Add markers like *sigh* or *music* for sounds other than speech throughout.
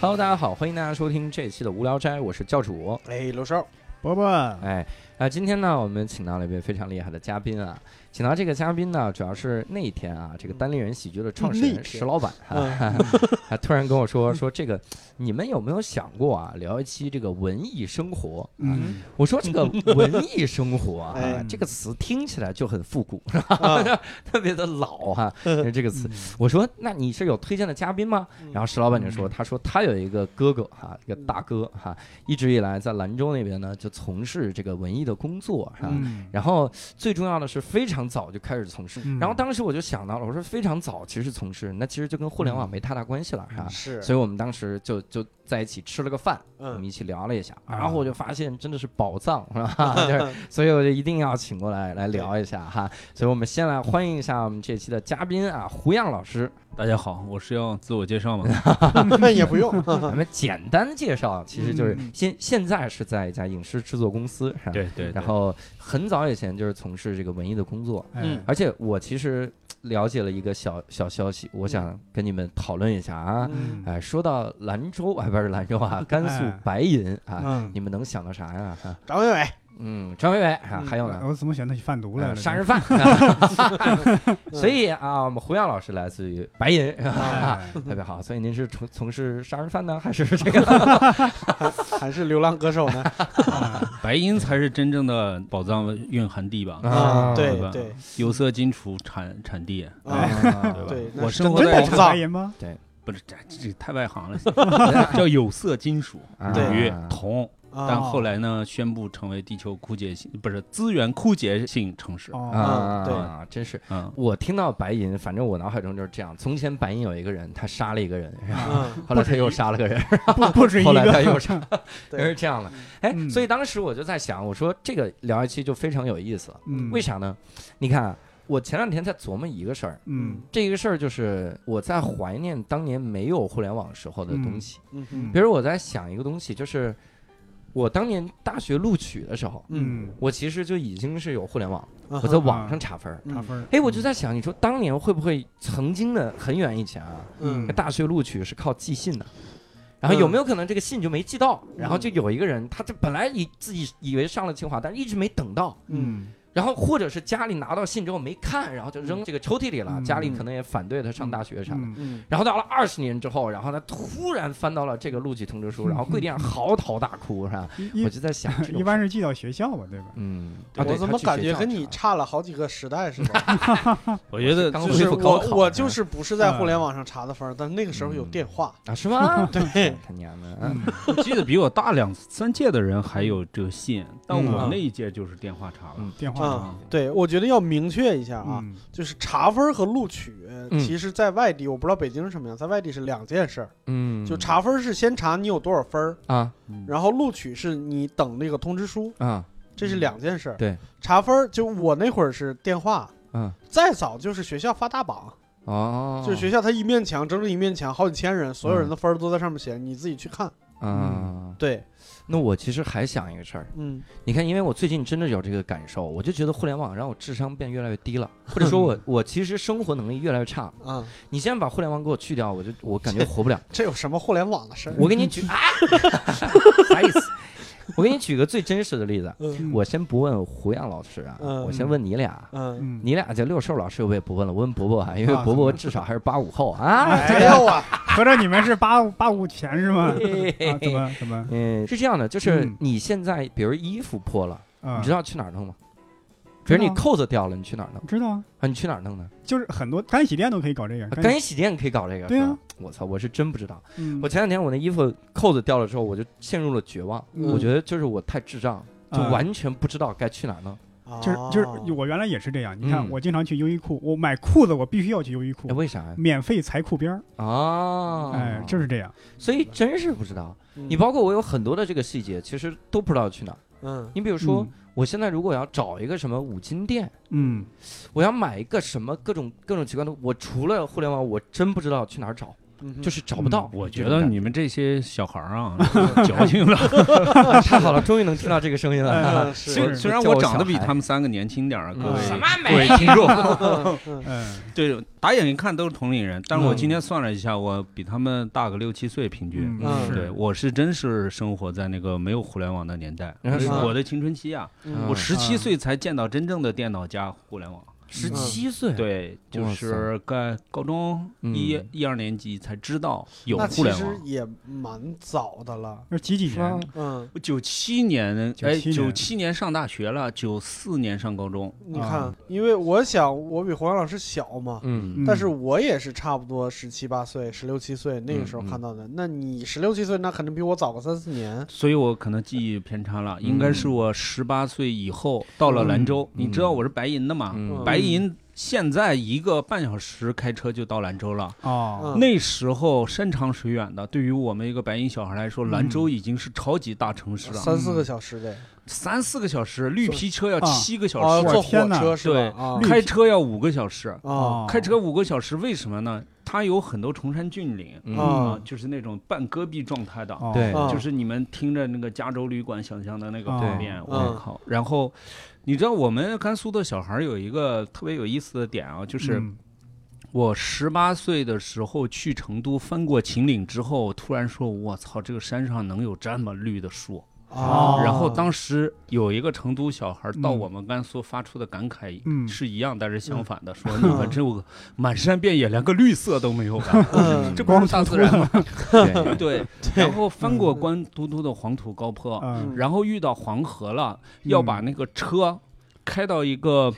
Hello，大家好，欢迎大家收听这期的无聊斋，我是教主。哎，罗少，伯伯，哎啊、今天呢，我们请到了一位非常厉害的嘉宾啊，请到这个嘉宾呢，主要是那一天啊，这个单立人喜剧的创始那人天嗯石老板啊，他突然跟我说说这个，你们有没有想过啊，聊一期这个文艺生活？啊，嗯，我说这个文艺生活 *laughs* 啊哎，这个词听起来就很复古，啊 *laughs* 特别的老哈、嗯这个词。我说那你是有推荐的嘉宾吗？然后石老板就说，他说他有一个哥哥哈、一个大哥哈、嗯一直以来在兰州那边呢就从事这个文艺的工作哈、嗯然后最重要的是非常早就开始从事，嗯然后当时我就想到了，我说非常早其实从事，那其实就跟互嗯联网没太大关系了哈、是， *laughs* 所以我们当时就就在一起吃了个饭，我们嗯，一起聊了一下，啊然后我就发现真的是宝藏， *laughs* 是吧？就是，所以我就一定要请过来来聊一下哈。所以我们先来欢迎一下我们这期的嘉宾啊，胡杨老师，大家好，我是要自我 *laughs* 介绍吗？也不用，咱们简单介绍，其实就是嗯现现在是在一家影视制作公司，是吧？对对，对然后很早以前就是从事这个文艺的工作，嗯而且我其实了解了一个小小消息，我想跟你们讨论一下啊。嗯哎，说到兰州啊，不是兰州啊，甘肃哎白银啊，嗯你们能想到啥呀？啊张伟伟，嗯，张伟伟啊，还有呢，我怎么想到去贩毒来呃了？杀人犯。 *laughs* 所以啊，我们胡杨老师来自于白银，哎特别好。所以您是从从事杀人犯呢，还是 *laughs* 这个？嗯还是流浪歌手 *laughs* 呢？ *laughs* 白银才是真正的宝藏蕴含地吧，啊嗯对对吧对有色金属产产地，哎啊，对吧？对那我是生活真的在真是是白银吗？不是这这太外行 *laughs* 了，叫有色金属，啊对哦铝、哦铜，但啊后来呢，宣布成为地球枯竭性，不是资源枯竭性城市。哦，啊，对，真是。嗯，我听到白银，反正我脑海中就是这样。从前白银有一个人，他杀了一个人，然后嗯，后来他又杀了个人，不不止一后来他个，又杀， *laughs* 就是对，这样的。哎，嗯所以当时我就在想，我说这个聊一期就非常有意思了。嗯为啥呢？你看啊，我前两天在琢磨一个事儿，嗯这个事儿就是我在怀念当年没有互联网时候的东西。嗯嗯比如我在想一个东西，就是我当年大学录取的时候，嗯，我其实就已经是有互联网，我我在网上查分儿。打分儿。哎，我就在想，你说当年会不会曾经的很远以前啊，嗯大学录取是靠寄信的，嗯然后有没有可能这个信就没寄到，然后就有一个人，他这本来以自己以为上了清华，但是一直没等到，嗯然后或者是家里拿到信之后没看，然后就扔这个抽屉里了，嗯家里可能也反对他上大学啥的。嗯嗯然后到了二十年之后，然后他突然翻到了这个录取通知 *laughs* 书，然后跪地上嚎啕大哭，是吧？一一我就在想，这种一般是寄到学校吧，对吧？嗯，啊我对怎他么去感学觉校跟你查差了好几个时代似 *laughs* 的？我觉得刚就就是恢是复高我考我呢就是不是在互联网上查的分儿，但那个时候有电话，啊？是吗？ *laughs* 对，他娘的，嗯嗯我记得比我大两三届的人还有这个信，但嗯我那一届就是电话查了嗯。电话啊嗯，对，我觉得要明确一下啊，嗯就是查分儿和录取，其实在外地我不知道北京是什么样，在外地是两件事儿。嗯，就查分儿是先查你有多少分儿，啊嗯然后录取是你等那个通知书，啊这是两件事儿。对，查分儿就我那会儿是电话，嗯再早就是学校发大榜，哦，嗯就是学校它一面墙整整一面墙，好几千人，所有人的分儿都在上面写，你自己去看。啊。对，那我其实还想一个事儿，嗯你看，因为我最近真的有这个感受，我就觉得互联网让我智商变越来越低了，或者说我我其实生活能力越来越差。啊，你现在把互联网给我去掉，我就我感觉活不了。这有什么互联网的事儿？我给你举啊，啥意思？我给你举个最真实的例子，嗯我先不问胡杨老师啊，嗯我先问你俩。嗯，嗯，你俩这六兽老师我也不问了，我问伯伯啊，因为啊伯伯至少还是八五后啊。哎没有啊，合着你们是八五八五前是 *laughs* 吗？啊，怎么怎么？嗯，是这样的，就是嗯你现在比如衣服破了，啊，你知道去哪儿弄吗？比知如道你扣子掉了，你去哪儿弄知道啊，啊？你去哪儿弄呢？就是很多干洗店都可以搞这个。啊干洗店可以搞这个，哎对啊是吧，我操，我是真不知道。嗯我前两天我那衣服扣子掉了之后，我就陷入了绝望，嗯我觉得就是我太智障，就啊完全不知道该去哪儿弄。 *laughs* 就是就是哦我原来也是这样，你嗯看我经常去优衣库，我买裤子我必须要去优衣库哎，，为啥呀？免费裁裤边儿，啊，哎，就是这样。所以真是不知道。嗯你包括我有很多的这个细节，其实都不知道去哪儿。嗯你比如说嗯，我现在如果要找一个什么五金店，嗯，我要买一个什么各种各种奇怪的，我除了互联网，我真不知道去哪儿找。嗯哼就是找不到。我觉这种得嗯感你们这些小孩儿 *laughs* 啊，矫情了。 *laughs* 太好了，终于能听到这个 *laughs* 声音哎了。 *laughs* *laughs* 嗯是虽是虽然叫我我长得小比孩他们三个年轻点儿啊，各嗯位什么各 *laughs* 位听众，嗯嗯嗯，对，打眼一看都是同龄人，但是我嗯今天算了一下，我比他们大个六七岁平均。嗯对，是，我是真是生活在那个没有互联网的年代，嗯是我的青春期啊，嗯我十七岁才见到真正的电脑加互联网。十七岁，，嗯对，就哎哇塞是在高中嗯一一二年级才知道有那互其联实网。也蛮早的了。就是几几年，嗯，我九七年，哎， 97九年七年上大学了，九四年上高中。你看啊，因为我想我比黄洋老师小嘛，嗯，嗯但是我也是差不多十七八岁、十六七岁那个时候嗯看到的。那你十六七岁，那肯定比我早个三四年。所以我可能记忆偏差了，应该是我十八岁以后到了兰州。嗯你知道我是白银的嘛？嗯啊白银现在一个半小时开车就到兰州了，哦，嗯那时候山长水远的，对于我们一个白银小孩来说，兰州已经是超级大城市了，三四个小时得，三四个小时，绿皮车要啊七个啊，嗯小时，坐天火哪车是对哦吧？哦啊开车要五个小时，啊开车五个小时，为什么呢？它有很多崇山峻岭嗯啊 *laughs* 啊，，就是那种半戈壁状态的。哦对啊就是你们听着那个加州旅馆想象的那个画面，哦我靠！然后你知道我们甘肃的小孩有一个特别有意思的点啊，就是嗯我十八岁的时候去成都翻过秦岭之后，突然说：“我操，这个山上能有这么绿的树！”啊，然后当时有一个成都小孩到哦嗯我们甘肃发出的感慨嗯是一样，但是相反的，说你们这有个满山遍野连个绿色都没有啊，嗯这不是大自然吗？对，对，然后翻过光秃秃的黄土高坡，嗯然后遇到黄河了，要把那个车开到一个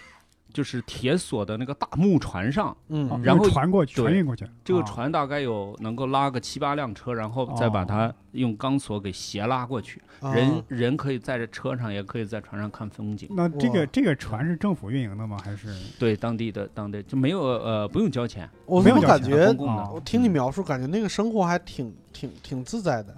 就是铁索的那个大木船上，嗯哦然后传过去，对传运过去，这个哦船大概有能够拉个七八辆车，然后再把它用钢索给斜拉过去。啊人人可以在这车上，也可以在船上看风景。那这哇个这个船是政府运营的吗？还是对当地的当地就没有呃不用交钱，我没怎有么交感钱觉公共的我听你描述，感觉那个生活还挺挺挺自在的。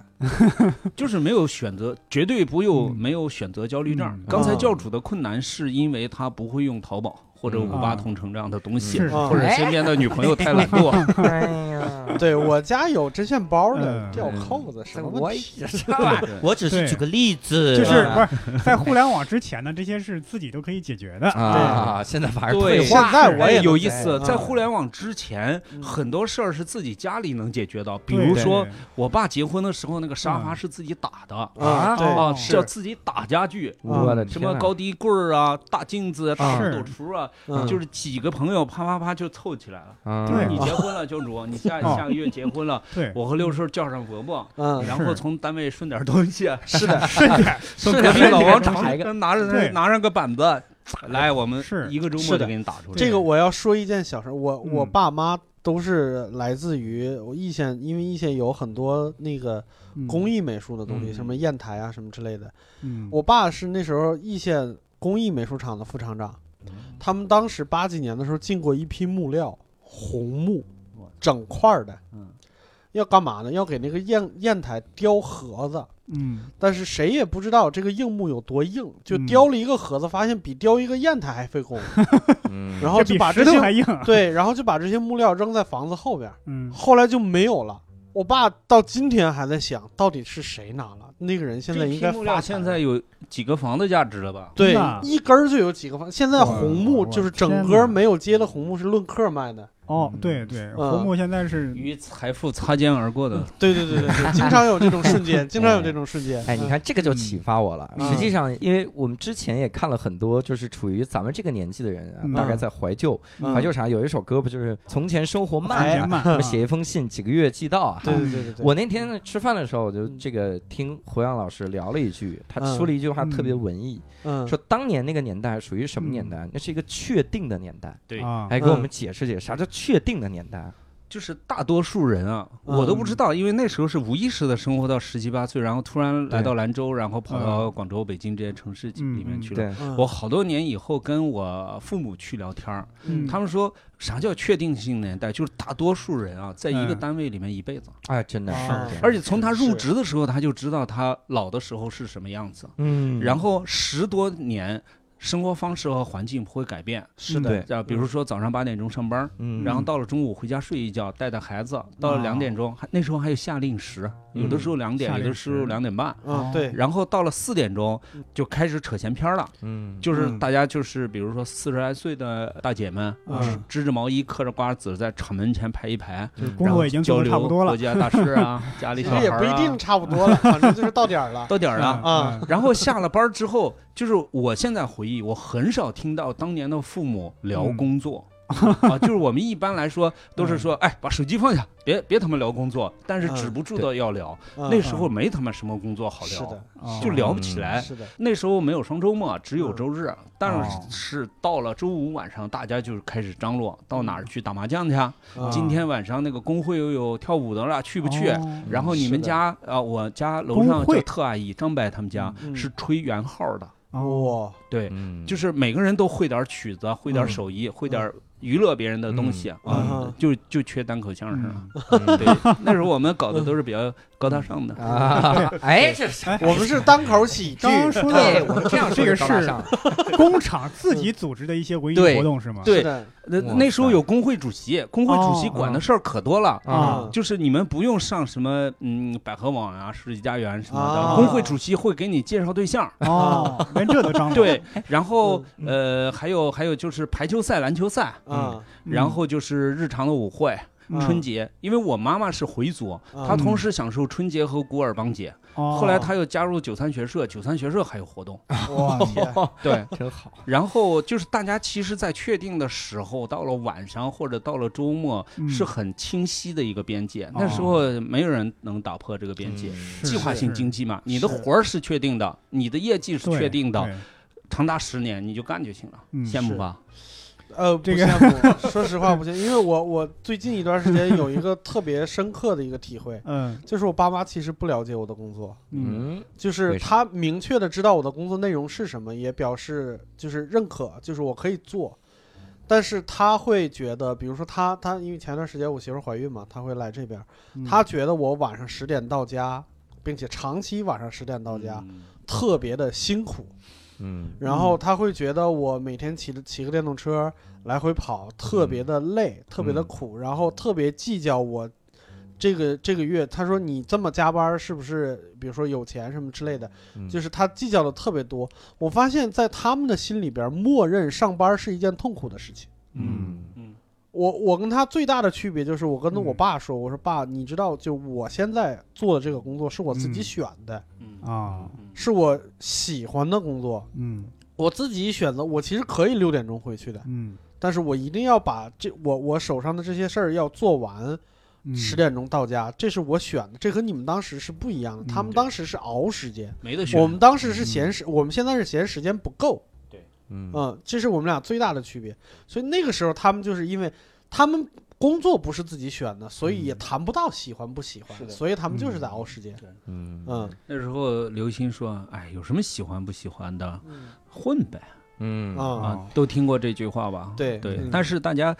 就是没有选择，绝对不有嗯没有选择焦虑症嗯。刚才教主的困难是因为他不会用淘宝或者五八啊同城这样的东西，嗯是啊或者身边的女朋友太懒惰。哎 *laughs* 呀，对我家有针线包的嗯吊扣子，什么问我题？也是吧，我只是对举个例子，啊就是不是在互联网之前呢？这些是自己都可以解决的。啊，现在反而退对化，现在我哎也有能意思，这样在互联网之前，嗯很多事儿是自己家里能解决到，比对如对说对我爸结婚的时候，那个沙发嗯是自己打的，啊对啊，哦叫自己打家具。嗯我的什天么呐高低柜儿啊，大镜子、大啊斗橱啊，嗯就是几个朋友啪啪啪就凑起来了。嗯对你结婚了，教主，你下哦下个月结婚了，对，我和六叔叫上伯伯，嗯然后从单位顺点东西，是的， *laughs* 是的，从是隔壁老王是厂是拿着对拿上个板子，来，我们是一个周末是就的给你打出来。这个我要说一件小事，我嗯我爸妈都是来自于我易县，因为易县有很多那个工艺，艺美术的东西，嗯什么砚台啊什么之类的。嗯，我爸是那时候易县工艺美术厂的副厂长，他们当时八几年的时候进过一批木料，红木哇，整块儿的嗯，要干嘛呢？要给那个砚砚台雕盒子。嗯，但是谁也不知道这个硬木有多硬，就嗯雕了一个盒子，发现比雕一个砚台还费工， *laughs* 嗯然这后就比把石这头还些硬，对，然后就把这些木料扔在房子后边儿，嗯，后来就没有了。我爸到今天还在想，到底是谁拿了？那个人现在这应批该木发料财了现在有几个房的价值了吧？对真的一根儿就有几个房。现在哇红木我就是天整个哪没有接的红木是论克卖的，哦，对对，嗯红木现在是与财富擦肩而过的，对对对对 *laughs* 对，经常有这种瞬间， *laughs* 经常有这种瞬间。哎，你看这个就启发我了。嗯实际上，因为我们之前也看了很多，就是处于咱们这个年纪的人啊，嗯大概在怀旧，嗯，怀旧啥？有一首歌不就是“从前生活慢哎啊”，慢什么啊写一封信几个月寄到啊？嗯对对对对对，我那天呢吃饭的时候，我就这个听胡杨老师聊了一句，他嗯说了一句话嗯特别文艺，嗯说当年那个年代属于什么年代？那是一个确定的年代。对啊，哎，给我们解释解释啥叫确定的年代？啊就是大多数人啊，我都嗯不知道，因为那时候是无意识的生活到十七八岁，然后突然来到兰州，然后跑到广州、北京这些城市里面去了。对，嗯我好多年以后跟我父母去聊天儿，嗯他们说啥叫确定性年代？就是大多数人啊，在一个嗯单位里面一辈子，哎，真的是哦这样，而且从他入职的时候，他就知道他老的时候是什么样子，嗯，然后十多年。生活方式和环境不会改变。是对的，啊，比如说早上八点钟上班，嗯，然后到了中午回家睡一觉，带带孩子，到了两点钟，还那时候还有夏令时，有的时候两点，夏有令的时候时两点半。嗯，对，然后到了四点钟就开始扯闲篇儿了，嗯，就是嗯大家就是比如说四十来岁的大姐们，嗯织着毛衣嗑着瓜子在厂门前排一排，嗯工作已经交做得流差不多了国，家大事啊，家里其小实孩儿啊也不一定差不多了，反正就是到点儿了。到点儿了。啊嗯，然后下了班儿之后，就是我现在回忆，我很少听到当年的父母聊嗯工作。啊，就是我们一般来说都是说，哎，把手机放下，别别他妈聊工作，但是嗯止不住对的要聊。嗯 *laughs* 那时候没他妈什么工作好是聊的，，哦 *laughs* 就聊不起嗯来。是的，那时候没有双周末，只有嗯周日。但哦是到了周五晚上，大家就是开始张罗，到哪儿去打麻将去啊？嗯今天晚上那个工会又有跳舞的了，去不去？哦然后你是们的家啊，我家楼工上会就特阿姨张白他们家嗯是吹圆号的，哦，哇，对，嗯 *laughs* 就是每个人都会点曲子，会点嗯手艺，会点娱乐别人的东西嗯啊嗯，就就缺单口相声了。嗯嗯对，那时候我们搞的都是比较嗯高大上的。啊，哎，这是我们是单口喜剧，刚刚说到对，我们这样说这个就高大是上了工厂自己组织的一些文艺对活动是吗？是对，的，那哇那时候塞有工会主席，工会主席哦管的事儿可多了。啊嗯就是你们不用上什么嗯百合网啊、世纪佳缘什么啊的，工会主席会给你介绍 *laughs* 对象，哦，连这都张罗。对，嗯然后呃还有还有就是排球赛、篮球赛，嗯，嗯，然后就是日常的舞会、嗯春节，因为我妈妈是回族，嗯哦她同时享受春节和古尔邦节，后后来她又加入九三学社，九三学社还有活动，哇 *laughs* 天， *laughs* 对。真好，然后就是大家其实，在确定的时候，到了晚上或者到了周末，嗯嗯是很清晰的一个边界。那哦时候没有人能打破这个边界。嗯计划性经济济嘛，你的活儿是确定的，你的业绩是确定，的，对长达十年你就干就行了，嗯羡慕吧？呃，不这个羡慕，说 *laughs* 实话不羡慕，因为我我最近一段时间有一个特别深刻的一个体会，嗯就是我爸妈其实不了解我的工作，嗯嗯就是为啥他明确的知道我的工作内容是什么，也表示就是认可，就是我可以做。但是他会觉得，比如说他他因为前段时间我媳妇儿怀孕嘛，他会来这边儿，嗯，他觉得我晚上十点到家，并且长期晚上十点到家，嗯特别的辛苦。嗯然后他会觉得我每天骑着骑个电动车来回跑，特别的累，特别的苦，然后特别计较我这个这个月。他说你这么加班儿是不是，比如说有钱什么之类的，嗯就是他计较的特别多。我发现，在他们的心里边儿，默认上班是一件痛苦的事情。嗯嗯我我跟他最大的区别就是，我跟着我嗯爸说，我说爸，你知道，就我现在做的这个工作是我自己嗯选的，嗯啊，嗯是我喜欢的工作，嗯我自己选择。我其实可以六点钟回去的，嗯，但是我一定要把这我我手上的这些事儿要做完，嗯十点钟到家，这是我选的，这和你们当时是不一样的。嗯他们对当时是熬时间，没得我选。们当时是闲时，我们现在是闲时间不够。嗯嗯，这是我们俩最大的区别。所以那个时候他们就是因为他们工作不是自己选的，所以也谈不到喜欢不喜是欢，的所以他们就是在熬时间。嗯嗯那时候刘星说：“哎，有什么喜欢不喜欢的，嗯混呗嗯啊啊！”都听过这句话吧？对对嗯。但是大家，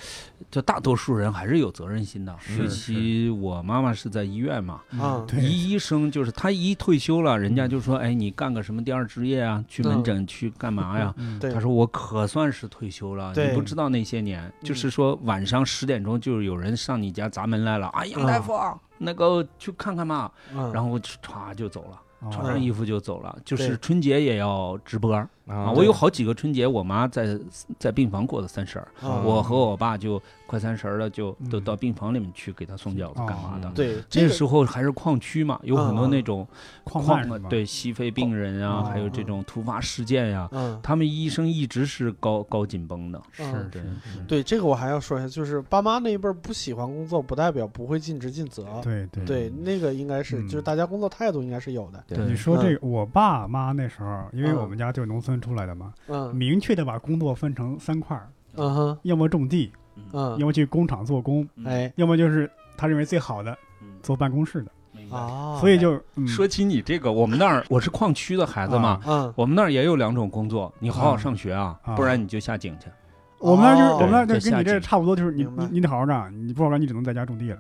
就大多数人还是有责任心的。是尤其我妈妈是在医院嘛，嗯对，一医生就是她一退休了，人家就说：“哎，你干个什么第二职业啊？去门诊去干嘛哎呀？”嗯对他说我可算是退休了，对你不知道那些年，就是说晚上十点钟就有人上你家砸门来了，啊，杨大夫，那个去看看嘛，嗯，然后歘就走了，哦穿上衣服就走了。就是对春节也要直播啊，啊我有好几个春节，我妈在在病房过的三十儿，嗯我和我爸就快三十儿了，就都嗯到病房里面去给她送饺子哦干嘛的。对这那个时候还是矿区嘛，有很多那种矿矿难是吗对西非病人矿啊，还有哦这种突发事件呀、嗯他们医生一直是高高紧绷的，嗯是对是是，对这个我还要说一下，就是爸妈那一辈儿不喜欢工作，不代表不会尽职尽责。对对对，那个应该是，嗯就是大家工作态度应该是有的。你说这个，我爸妈那时候，因为嗯我们家就是农村出来的嘛，嗯明确的把工作分成三块儿，嗯哼要么种地，嗯，要么去工厂做工，哎要么就是他认为最好的嗯，做办公室的，明白。啊，所以就嗯说起你这个，我们那儿我是矿区的孩子嘛，嗯我们那儿也有两种工作，你好好上学啊，啊不然你就下井去。我们那就是哦我们那就对跟你下这井差不多，就是你明白你你得好好干，你不好干，你只能在家种地了。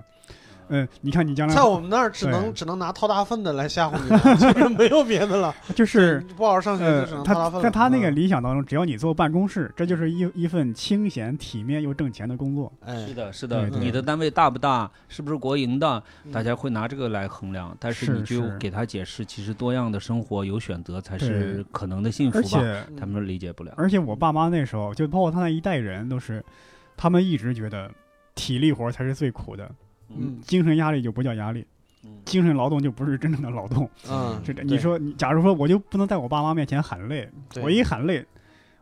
嗯，你看你将来在我们那儿只能对只能拿掏大粪的来吓唬你了，就是没有别的了。 *laughs* 就是你不好好上学就呃只能，掏大他粪了。在他那个嗯，理想当中，只要你坐办公室，这就是一一份清闲、体面又挣钱的工作。哎是，的，是的，对对你的单位大不大，是不是国营的，嗯大家会拿这个来衡量。但是是你就是给他解释，其实多样的生活有选择才是对可能的幸而福吧。嗯且嗯他们理解不了，而且我爸妈那时候，就包括他那一代人，都是他们一直觉得体力活才是最苦的，嗯精神压力就不叫压力，嗯精神劳动就不是真正的劳动。嗯，是的，对你说你假如说我就不能在我爸妈面前喊累，对我一喊累。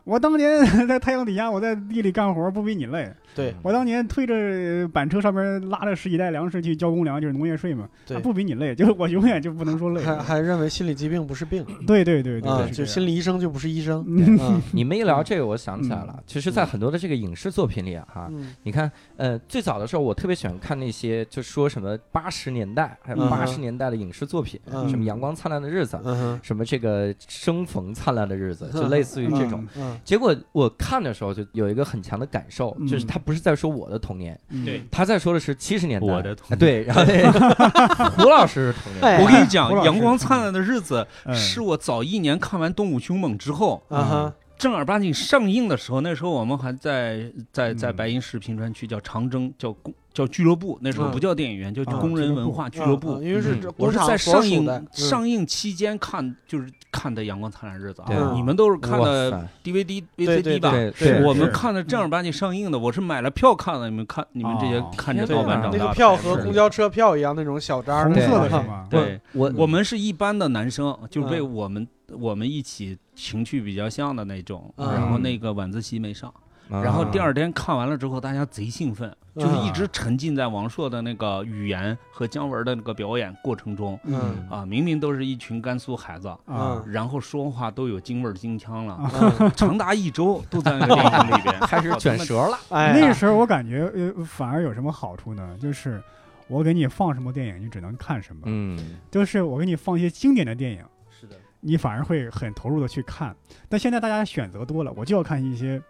我当年 *laughs* 在太阳底下，我在地里干活，不比你累。对我当年推着板车上面拉着十几袋粮食去交公粮，就是农业税嘛，对啊不比你累。就是我永远就不能说 *laughs* 累。还还认为心理疾病不是病对对对对，啊，是就这样心理医生就不是医生。嗯嗯你们一聊这个，我想起来了，其实，在很多的这个影视作品里啊， *laughs* 哈嗯你看，呃，最早的时候，我特别喜欢看那些就说什么八十年代，还有嗯八十年代的影视作品，嗯什么《阳光灿烂的日子》，啊嗯什么这个生逢灿烂的日子，就类似于这种。嗯哼结果我看的时候就有一个很强的感受，嗯就是他不是在说我的童年，嗯对他在说的是七十年代我的啊童年对，然后那个胡老师是童年，哎我跟你 *laughs* 讲，胡老《师阳光灿烂的日子》嗯是我早一年看完《动物凶猛》之后，嗯啊哈正儿八经上映的时候，那时候我们还在在在嗯白银市平川区叫长征，叫工叫俱乐部，那时候嗯不叫电影院，叫啊工人文化俱乐部嗯。因为是嗯这我工是厂在所上属映的嗯上映期间看，就是看的《阳光灿烂日子》对啊啊，你们都是看哇的塞， DVD 对对 VCD 吧？对是对，我们是看的正儿八经上映的，我是买了票看的。你们看，你们这些哦看着天盗版哪长那大个的，票和是公交车票一样那种小张儿红对色的啊是吗？对我我们是一般的男生，就被嗯我们我们一起情趣比较像的那种，嗯然后那个晚自习没上，啊然后第二天看完了之后，大家贼兴奋，就是一直沉浸在王朔的那个语言和姜文的那个表演过程中嗯啊，明明都是一群甘肃孩子。啊，然后说话都有京味儿、京腔了，嗯长达一周都在那个电影里边开始卷舌了，*laughs* 哎那个时候我感觉呃反而有什么好处呢？就是我给你放什么电影，你只能看什么。嗯，就是我给你放一些经典的电影，是的，啊你反而会很投入的去看。但现在大家选择多了，我就要看一些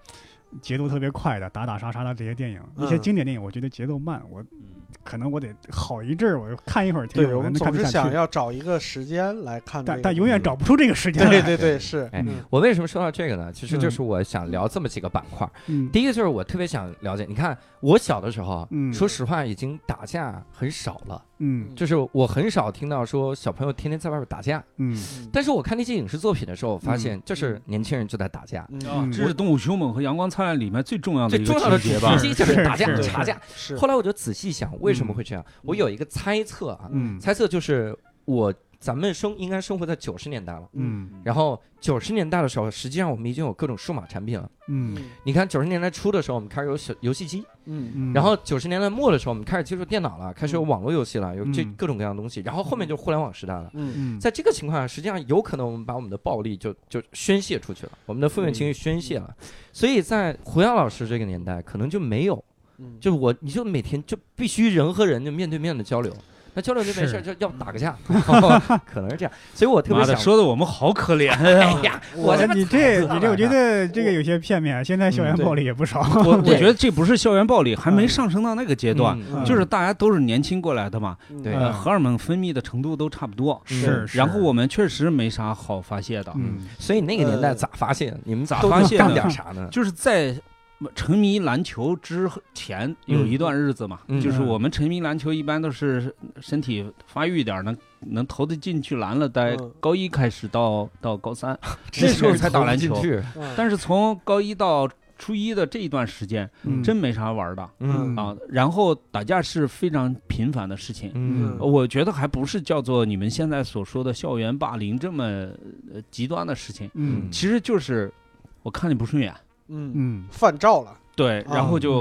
节奏特别快的、打打杀杀的这些电影。嗯一些经典电影，我觉得节奏慢，我嗯可能我得好一阵儿，我看一会儿听一对会儿，我们能看总得是下想去。要找一个时间来看这但个，嗯但永远找不出这个时间 *laughs* 对来。对对是，哎嗯我为什么说到这个呢？其实嗯就是我想聊这么几个板块儿。嗯，第一个就是我特别想了解，你看我小的时候，啊嗯说实话已经打架很少了，嗯就是我很少听到说小朋友天天在外边打架。嗯但是我看那些影视作品的时候，我发现就是年轻人就在打架，嗯嗯这是《动物凶猛》和《阳光灿烂》里面最重要的最一重要个的情主节吧题？之一就是打架是、是查架。是后来我就仔细想，为什么会这样？我有一个猜测啊，嗯猜测就是我咱们生应该生活在九十年代了，嗯然后九十年代的时候，实际上我们已经有各种数码产品了。嗯你看九十年代初的时候，我们开始有小游戏机，嗯嗯，然后九十年代末的时候，我们开始接触电脑了，开始有网络游戏了，有这嗯各种各样的东西。然后后面就是互联网时代了。嗯嗯在这个情况下，实际上有可能我们把我们的暴力就就宣泄出去了，我们的负面情绪宣泄了。所以在胡杨老师这个年代，可能就没有，嗯，就是我你就每天就必须人和人就面对面的交流。那交流就没事，是就要打个架，哦可能是这样。所以我特别妈的，想，说的我们好可怜 *laughs* 哎呀！呀，我我他妈你这惨你这，我觉了得这个有些片面。啊现在校园嗯对暴力也不少。 *laughs* 我我对觉得这不是校园暴力，还没上升到那个阶段，嗯就是大家都是年轻过来的嘛，对呃，嗯荷尔蒙分泌的程度都差不多。是然后我们确实没啥好发泄的，嗯所以那个年代呃咋发现？你们咋都发现干呢点啥呢？就是在沉迷篮球之前有一段日子嘛，嗯就是我们沉迷篮球一般都是身体发育一点儿，能能投得进去篮了，在嗯高一开始到到高三， *laughs* 那那时候才打篮投球不进。去，但但是从高一到初一的这一段时间，嗯真没啥玩儿的。嗯啊，然后打架是非常频繁的事情。嗯嗯我觉得还不是叫做你们现在所说的校园霸凌这么呃极端的事情，嗯其实就是我看你不顺眼，嗯嗯犯照了，对，然后啊就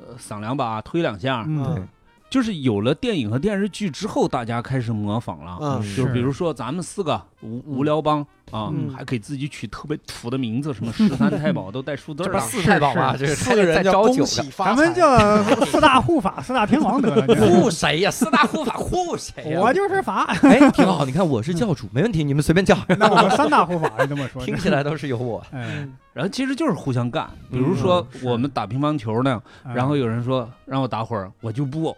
呃赏两把，推两下，嗯嗯就是有了电影和电视剧之后，大家开始模仿了。嗯是就比如说咱们四个无无聊帮啊，嗯还给自己取特别土的名字，什么十三太保都带数字这儿不的是，四太保吗？这是四个人在叫招九恭 *laughs* 个喜。发咱财，们叫四大护法、四大天王得了。护谁呀？四大护法护谁呀？我就是法，哎，挺好。你看我是教主，没问题，你们随便叫，那我们三大护法是这么说听的。起来都是有我。哎，然后其实就是互相嗯干。比如说我们打乒乓球呢，然后有人说让我打会儿，我就不，哎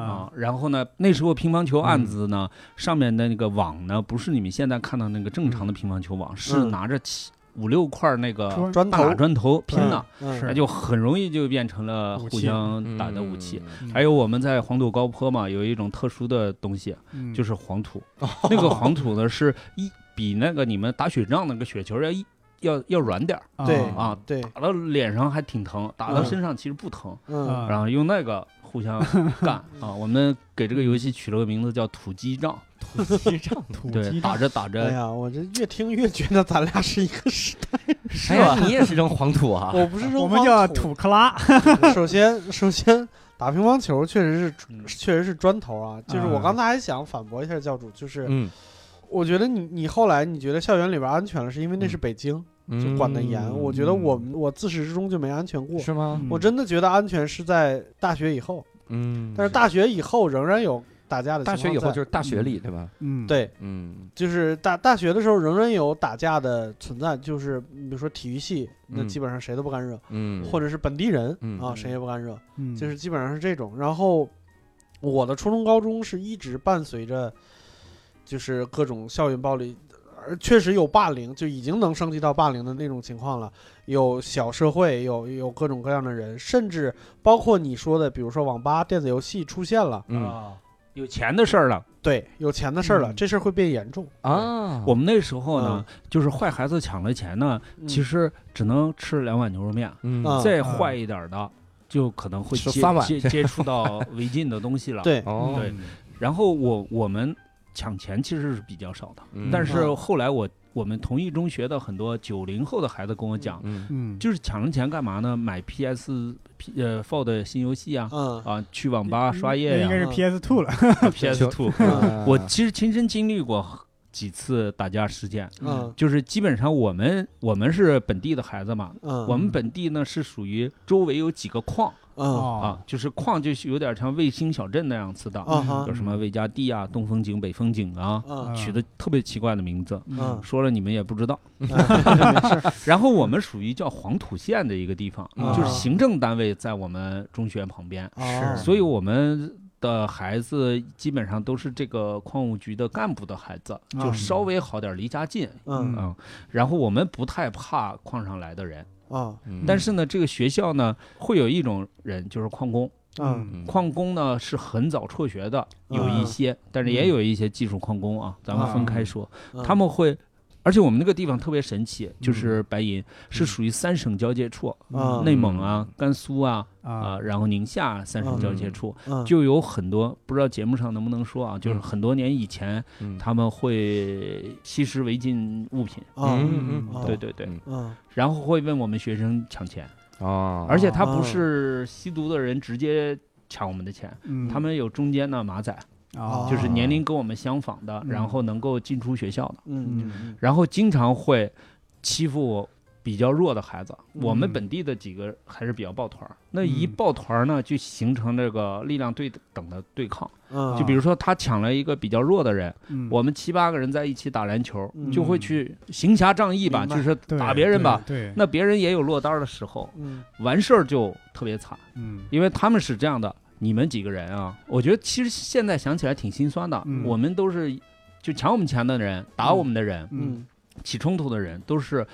啊，然后呢，那时候乒乓球案子呢，上面的那个网呢，不是你们现在看到那个正常的乒乓球网，是嗯拿着七五六块那个砖砖头大砖头拼的，嗯是那就很容易就变成了武互器相打的武器。嗯还有我们在黄土高坡嘛，有一种特殊的东西，嗯就是是黄土。那个黄土呢，是一比那个你们打雪仗那个雪球要一要要软点儿对啊，对，打到脸上还挺疼，打到嗯身上其实不疼。啊嗯，然后用那个互相 *laughs* 干啊。我们给这个游戏取了个名字叫“土鸡仗土鸡仗，”，土对，鸡打仗着打哎着，呀，我这越听越觉得咱俩是一个时代，哎呀，你也是扔黄土啊？我不是说我们叫土。土克拉，首先，首先打乒乓球确实是嗯确实是砖头啊，就是我嗯刚才还想反驳一下教主，就是嗯，我觉得你你后来你觉得校园里边安全了，是因为那是北京就管得严，嗯我觉得我们我自始至终就没安全过。是吗？我真的觉得安全是在大学以后，嗯，但是大学以后仍然有打架的情大况学以后在就是大学里对吧？嗯，对，嗯就是大大学的时候仍然有打架的存在，就是你比如说体育系，那嗯基本上谁都不干惹，嗯，或者是本地人、嗯啊，谁也不干惹，嗯，就是基本上是这种。然后我的初中、高中是一直伴随着，就是各种校园暴力，而确实有霸凌，就已经能升级到霸凌的那种情况了。有小社会，有有各种各样的人，甚至包括你说的，比如说网吧、电子游戏出现了，嗯啊，有钱的事儿了。对，有钱的事儿了，嗯这事儿会变严重。啊，啊我们那时候呢，就是坏孩子抢了钱呢，嗯其实只能吃两碗牛肉面，嗯啊再坏一点儿的。就可能会吃接三碗接接触到违禁的东西了。，嗯对，哦，对然后我我们抢钱其实是比较少的，嗯但是后来我我们同一中学的很多九零后的孩子跟我讲，嗯嗯，就是抢了钱干嘛呢？买 PS P 呃 Four 的新游戏啊，嗯啊，去网吧刷夜那应该呀是 PS Two 了， ，PS *laughs* Two。啊我其实亲身经历过几次打架事件，嗯就是基本上我们我们是本地的孩子嘛，嗯，我们本地呢是属于周围有几个矿嗯哦啊，就是矿就是有点像卫星小镇那样子的，啊嗯哈有什么魏家地啊、东风井、北风井啊，嗯取的特别奇怪的名字。嗯说了你们也不知道，嗯然后我们属于叫黄土县的一个地方，啊就是行政单位在我们中学旁边， *laughs* 哦嗯嗯所以我们的孩子基本上都是这个矿务局的干部的孩子，就嗯嗯稍微好点，离家近。嗯嗯，然后我们不太怕矿上来的人，啊嗯但是呢，这个学校呢会有一种人，就是矿工。嗯嗯矿工呢是很早辍学的，有一些，但是也有一些技术矿工啊，咱们分开说。嗯他们会，而且我们那个地方特别神奇，嗯就是白银是属于三省交界处，嗯内蒙啊、甘肃啊啊、啊然后宁夏啊三省交界处，嗯就有很多不知道节目上能不能说啊，就是很多年以前嗯他们会吸食违禁物品，啊嗯嗯啊对对对，嗯嗯然后会问我们学生抢钱，啊，哦而且他不是吸毒的人直接抢我们的钱，嗯他们有中间的马仔，啊哦就是年龄跟我们相仿的，然后能够进出学校的，嗯嗯然后经常会欺负。比较弱的孩子，嗯我们本地的几个还是比较抱团儿。那一嗯抱团儿呢，就形成这个力量对等的对抗。嗯，就比如说他抢了一个比较弱的人，嗯我们七八个人在一起打篮球，嗯就会去行侠仗义吧，明白就是对打别人吧。对，对那别人也有落单的时候，嗯完事儿就特别惨，嗯因为他们是这样的，你们几个人啊，我觉得其实现在想起来挺心酸的，嗯我们都是就抢我们钱的人，打我们的人，嗯起冲突的人都是。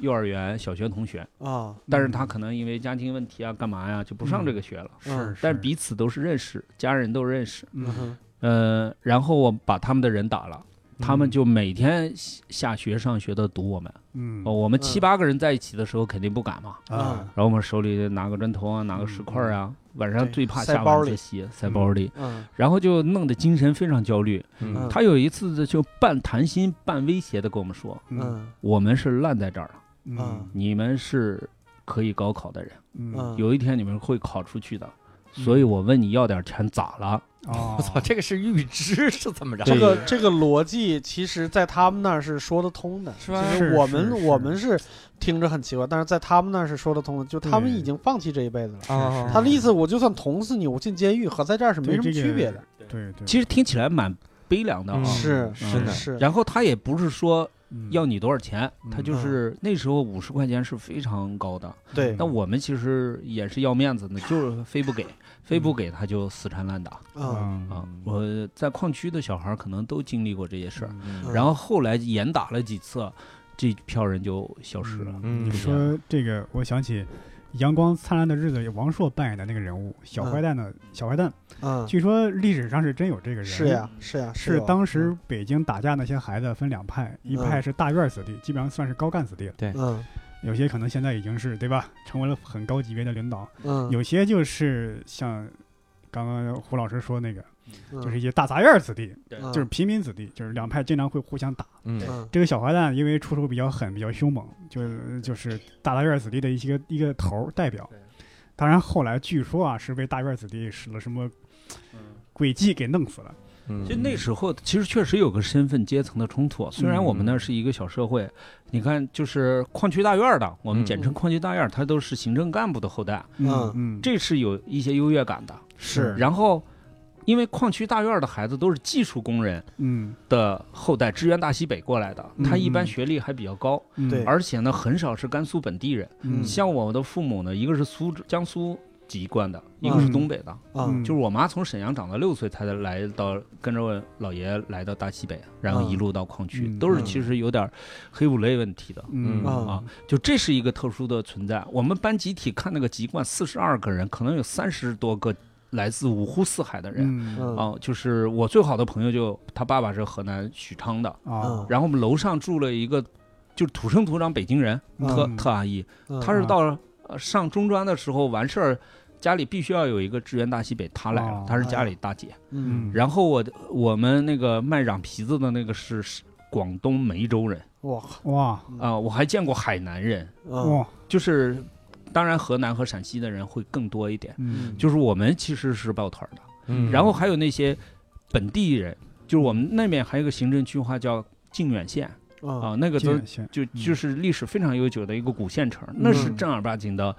幼儿园、小学同学，啊但嗯是他可能因为家庭问题啊，干嘛呀，就不上这个学了。嗯但是彼此都是认识，家人都认识。嗯嗯哼呃，然后我把他们的人打了，他嗯们就每天下下学上学的堵我们。嗯哦，我们七嗯八个人在一起的时候肯定不敢嘛，啊然后我们手里拿个砖头啊，拿个石块啊，晚嗯上对最怕塞下包晚里自习塞包里，嗯然后就弄得精神非常焦虑。嗯嗯他有一次就半谈心半威胁的跟我们说，嗯我们是烂在这儿了，嗯你们是可以高考的人，嗯，有一天你们会考出去的，所以我问你要点钱咋了？嗯哦，我操，这个是预知是怎么着？这个这个逻辑，其实，在他们那儿是说得通的。是吧其是实我们是是我们是听着很奇怪，但是在他们那儿是说得通的，就他对们已经放弃这一辈子了。啊，他的意思，我就算捅死你，我进监狱和在这儿是对没什么这个区别的。对对，其实听起来蛮悲凉的啊。嗯是是是的是，然后他也不是说嗯要你多少钱，嗯他就是那时候五十块钱是非常高的，对 *laughs* 那我们其实也是要面子的，就是非不给，非不嗯给他就死缠烂打嗯啊，啊！我在矿区的小孩儿可能都经历过这些事儿，嗯嗯然后后来严打了几次，这票人就消失了。嗯你是这样说这个，我想起《阳光灿烂的日子》里王朔扮演的那个人物，小坏蛋的小坏蛋。嗯，据说历史上是真有这个人，是呀，是呀，是有当时北京打架那些孩子分两派，一派是大院子弟，基本上算是高干子弟了，嗯有些可能现在已经是对吧，成为了很高级别的领导，嗯，有些就是像刚刚胡老师说那个，嗯就是一些大杂院子弟，嗯就是平民子弟，就是两派经常会互相打。嗯嗯这个小坏蛋因为出手比较狠，比较凶猛，就就是大杂院子弟的一些一个头儿代表。当然后来据说啊，是被大院子弟使了什么嗯诡计给弄死了。嗯，就那时候，其实确实有个身份阶层的冲突。啊虽然我们那儿是一个小社会，你看，就是矿区大院儿的，我们简称矿区大院儿，他都是行政干部的后代，嗯嗯，这是有一些优越感的。是然后，因为矿区大院儿的孩子都是技术工人嗯的后代，支援大西北过来的，他一般嗯学历还比较高，嗯对而且呢，很少是甘肃本地人。嗯像我的父母呢，一个是苏州江苏籍贯的，一个是东北的。嗯就是我妈从沈阳长到六岁，才来到跟着我姥爷来到大西北，然后一路到矿区，嗯都是其实有点黑五类问题的。嗯啊就这是一个特殊的存在。我们班集体看那个籍贯，四十二个人，可能有三十多个来自五湖四海的人。嗯嗯啊，就是我最好的朋友就他爸爸是河南许昌的，嗯啊，然后我们楼上住了一个就是土生土长北京人，特嗯特阿姨，嗯她是到呃上中专的时候完事儿，家里必须要有一个支援大西北，她来哦了，她是家里大姐。嗯然后我的我们那个卖嚷皮子的那个是是广东梅州人哇哇啊、我还见过海南人，嗯哇，就是当然河南和陕西的人会更多一点，嗯就是我们其实是抱团的，嗯然后还有那些本地人，就是我们那边还有一个行政区划叫靖远县啊、嗯那个这都个线就嗯就是历史非常悠久的一个古县城，那是嗯正儿八经的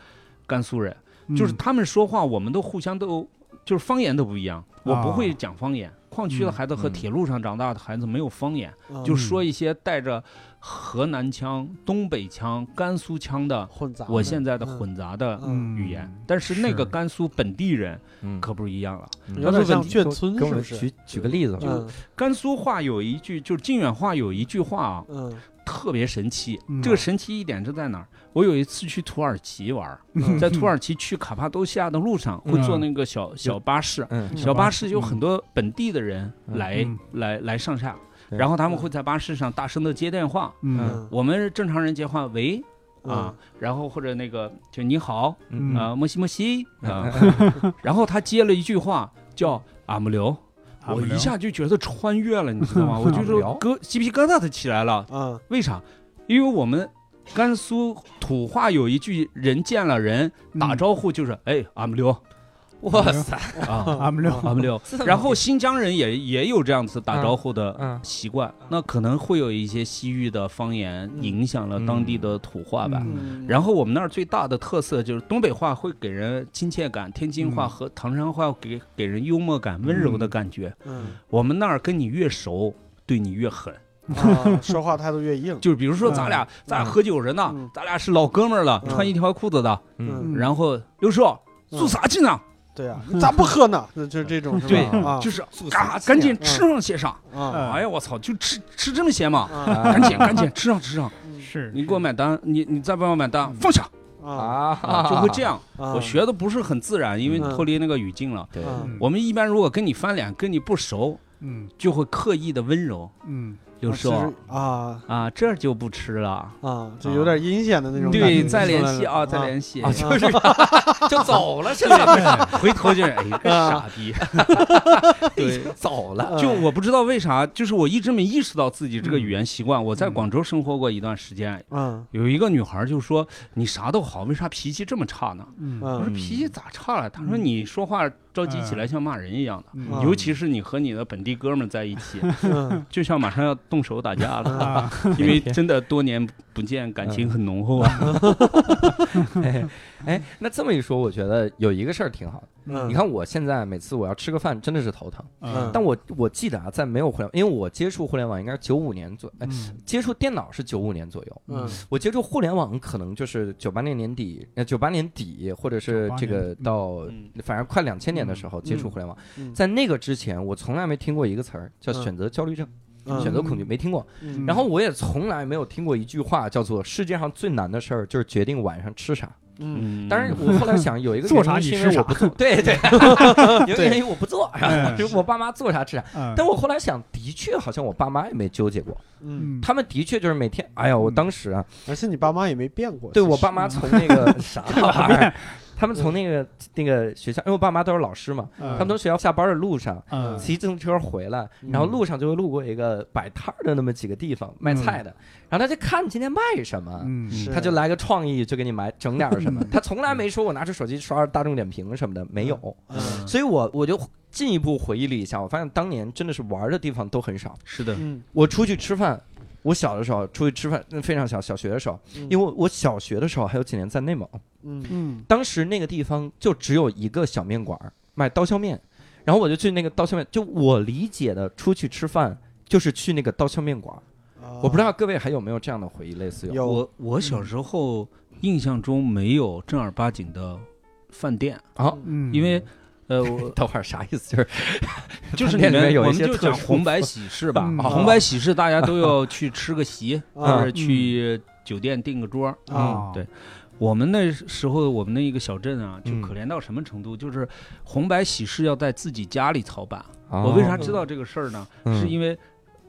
甘肃人，就是嗯他们说话，我们都互相都就是方言都不一样。我不会讲方言，矿区的孩子和嗯铁路上长大的孩子没有方言，嗯就说一些带着河南腔、东北腔、甘肃腔的，混杂的，我现在的嗯混杂的嗯，语言。但是那个是甘肃本地人嗯可不一样了，嗯有点像跟眷村给我是们不是？举举个例子吧，嗯甘肃话有一句，就是靖远话有一句话啊，嗯特别神奇。嗯这个神奇一点是在哪儿？我有一次去土耳其玩儿，嗯在土耳其去卡帕多西亚的路上，会坐那个小小巴士，嗯嗯小巴士有很多本地的人嗯来、嗯来来上下，对然后他们会在巴士上大声的接电话。嗯嗯我们正常人接话喂啊，然后或者那个就你好嗯啊，莫西莫西啊，然后他接了一句话叫阿姆流。阿姆我留一下就觉得穿越了，你知道吗？我就阿姆是留疙鸡皮疙瘩都起来了。嗯为啥？因为我们甘肃土话有一句，人见了人嗯打招呼就是哎阿姆流哇塞，嗯啊阿姆六阿姆流。 *laughs* 然后新疆人也也有这样子打招呼的嗯习惯，那可能会有一些西域的方言嗯影响了当地的土话吧。嗯，然后我们那儿最大的特色就是东北话会给人亲切感，天津话嗯和唐山话给给人幽默感、温柔的嗯感觉。嗯，我们那儿跟你越熟，对你越狠。啊说话态度越硬，就是比如说咱俩、咱俩喝酒着呢，嗯咱俩是老哥们儿了，嗯穿一条裤子的，嗯嗯然后刘叔嗯做啥去呢？对啊，你咋不喝呢？就就这种是吧对啊就是啥赶去赶嗯紧吃上些啥？啊嗯哎呀，我操，就吃吃这么些嘛！啊赶 *laughs* 紧赶紧吃上吃上，嗯是你给我买单，你你再帮我买单嗯，放下啊啊啊，就 *laughs* 会这样。啊，我学的不是很自然，因为嗯脱离那个语境了。 *laughs* 对，嗯我们一般如果跟你翻脸，跟你不熟，嗯就会刻意的温柔， *laughs* 嗯刘啊是叔啊啊，这儿就不吃了。啊，就有点阴险的那种感觉。对，嗯再联出系来啊，了再联系啊，就是就走了，现在 *laughs* 回头就是哎，个傻逼。对，走 *laughs* 了，就我不知道为啥，就是我一直没意识到自己这个语言习惯。我在嗯广州生活过一段时间，嗯有一个女孩就说：“你啥都好，为啥脾气这么差呢？”嗯我嗯说：“脾气咋差了？”她嗯说：“你说话着急起来像骂人一样的。”嗯嗯尤其是你和你的本地哥们儿在一 *laughs* 起，嗯就像马上要动手打架了，啊因为真的多年不见，感情很浓厚啊。哎哎，那这么一说，我觉得有一个事儿挺好的，嗯你看我现在每次我要吃个饭真的是头疼，嗯但我我记得啊，在没有互联，因为我接触互联网应该是九五年左，哎，嗯接触电脑是九五年左右，嗯我接触互联网可能就是九八年年底，呃，九八年底或者是98这个年底到嗯反正快两千年的时候接触嗯互联网，嗯在那个之前我从来没听过一个词儿叫选择焦虑症、嗯选择恐惧，没听过。嗯然后我也从来没有听过一句话叫做世界上最难的事儿就是决定晚上吃啥。嗯当然，我后来想有一 *laughs* 个做啥原因你是因为吃啥我不做， *laughs* 对对， *laughs* 有一个原因我不做，嗯 *laughs* 就是我爸妈做啥吃啥。嗯但我后来想，的确好像我爸妈也没纠结过，嗯，嗯他们的确就是每天，哎呀，我当时啊，而且你爸妈也没变过，对其实我爸妈从那个 *laughs* 啥玩意儿， *laughs* 他们从那个那个学校，因为我爸妈都是老师嘛，他们从学校下班的路上。嗯骑自行车回来，嗯然后路上就会路过一个摆摊儿的那么几个地方卖菜的，然后他就看今天卖什么，嗯是他就来个创意，就给你买整点儿 *laughs* 什么嗯。他从来没说我拿出手机刷大众点评什么的，没有。嗯所以我我就进一步回忆了一下，我发现当年真的是玩的地方都很少。是的，嗯我出去吃饭，我小的时候出去吃饭，那非常小，小学的时候，嗯因为我我小学的时候还有几年在内蒙，嗯嗯当时那个地方就只有一个小面馆儿卖刀削面，然后我就去那个刀削面，就我理解的出去吃饭就是去那个刀削面馆儿。我不知道各位还有没有这嗯样的回忆，类似于啊哦有我我小时候印象中没有正儿八经的饭店，嗯，因为。*laughs* 呃，我 *laughs* 等会儿啥意思？就是就是饭店你里面们有一我们些就特讲殊红白喜事吧嗯，红白喜事大家都要去吃个席，嗯啊或者去酒店订个桌。啊啊对我们那时候，我们那一个小镇啊，就嗯可怜到什么程度？就是红白喜事要在自己家里操办。我哦我为啥知道这个事儿呢？哦嗯是因为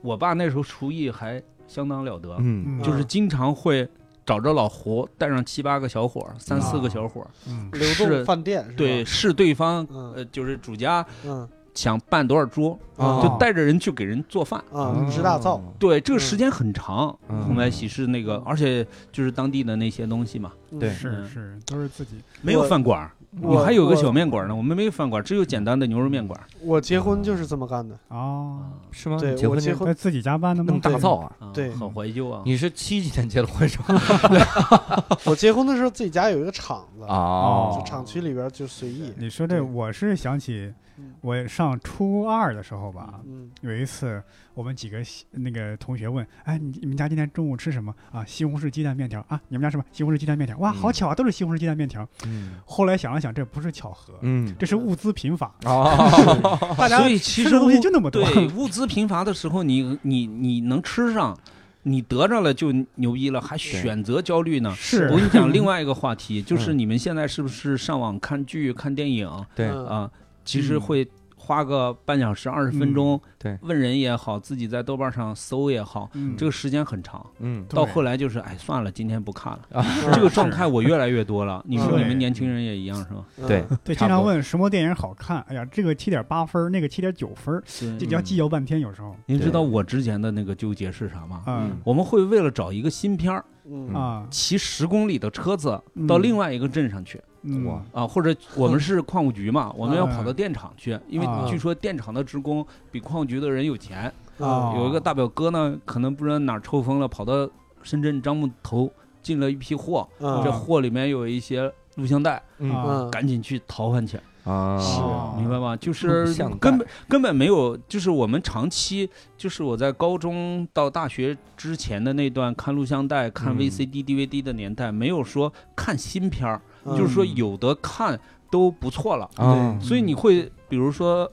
我爸那时候厨艺还相当了得，嗯嗯就是经常会找着老胡，带上七八个小啊伙儿，三四个小伙儿，嗯流动是饭店是吧对，是对方嗯呃，就是主家嗯想办多少桌，哦啊就带着人去给人做饭。啊直大灶，对，嗯这个时间很长，嗯红白喜事那个，而且就是当地的那些东西嘛，嗯对是是都是自己嗯没有饭馆儿，我你还有个小我面馆儿呢，我们没有饭馆儿，只有简单的牛肉面馆儿。我结婚就是这么干 *laughs* 的，哦，是吗？对你结我婚结就婚在自己家办的弄吗？大对灶啊？啊对好怀旧啊。你是七几年结的婚 *laughs* 是吧？我结婚的时候自己家有一个厂子，哦就厂区里边就随意，你说这，我是想起嗯我上初二的时候吧，嗯有一次我们几个西那个同学问，哎，你你们家今天中午吃什么啊？西红柿鸡蛋面条啊？你们家什么？西红柿鸡蛋面条？哇，嗯好巧啊，都是西红柿鸡蛋面条。嗯后来想了想，这不是巧合，嗯这是物资贫乏，哦， *laughs* 大家所以其吃实的东西物就那么多。对 *laughs* 物资贫乏的时候，你你你能吃上，你得着了就牛逼了，还选择焦虑呢。是嗯我跟你讲另外一个话题，就是你们现在是不是上网看剧、看电影对嗯啊？其实嗯会花个半小时、二十分嗯钟，对问人也好，自己在豆瓣上搜也好，嗯，这个时间很长。嗯对到后来就是，哎，算了，今天不看了。嗯这个状态我越来越多嗯了。你说对你们年轻人也一样是吧？嗯对对，经差不常多问什么电影好看？哎呀，这个七点八分儿，那个七点九分儿，这对嗯你要记摇半天，有时候您知道我之前的那个纠结是啥吗？啊我们会为了找一个新片儿，嗯啊，骑十公里的车子嗯到另外一个镇上去嗯哇啊，或者我们是矿务局嘛，我们要嗯跑到电厂去，因啊为据说电厂的职工比矿务局的人有钱。嗯啊有一个大表哥呢，可能不知道哪儿抽风了，跑到深圳樟木头进了一批货，嗯这货里面有一些录像带，嗯啊嗯赶紧去逃换去。啊，是哦明白吗？就录是像带根本根本没有，就是我们长期，就是我在高中到大学之前的那段看录像带、看嗯 VCD、DVD 的年代，没有说看新片儿，就是说嗯有的看都不错了。啊对所以你会，比如说，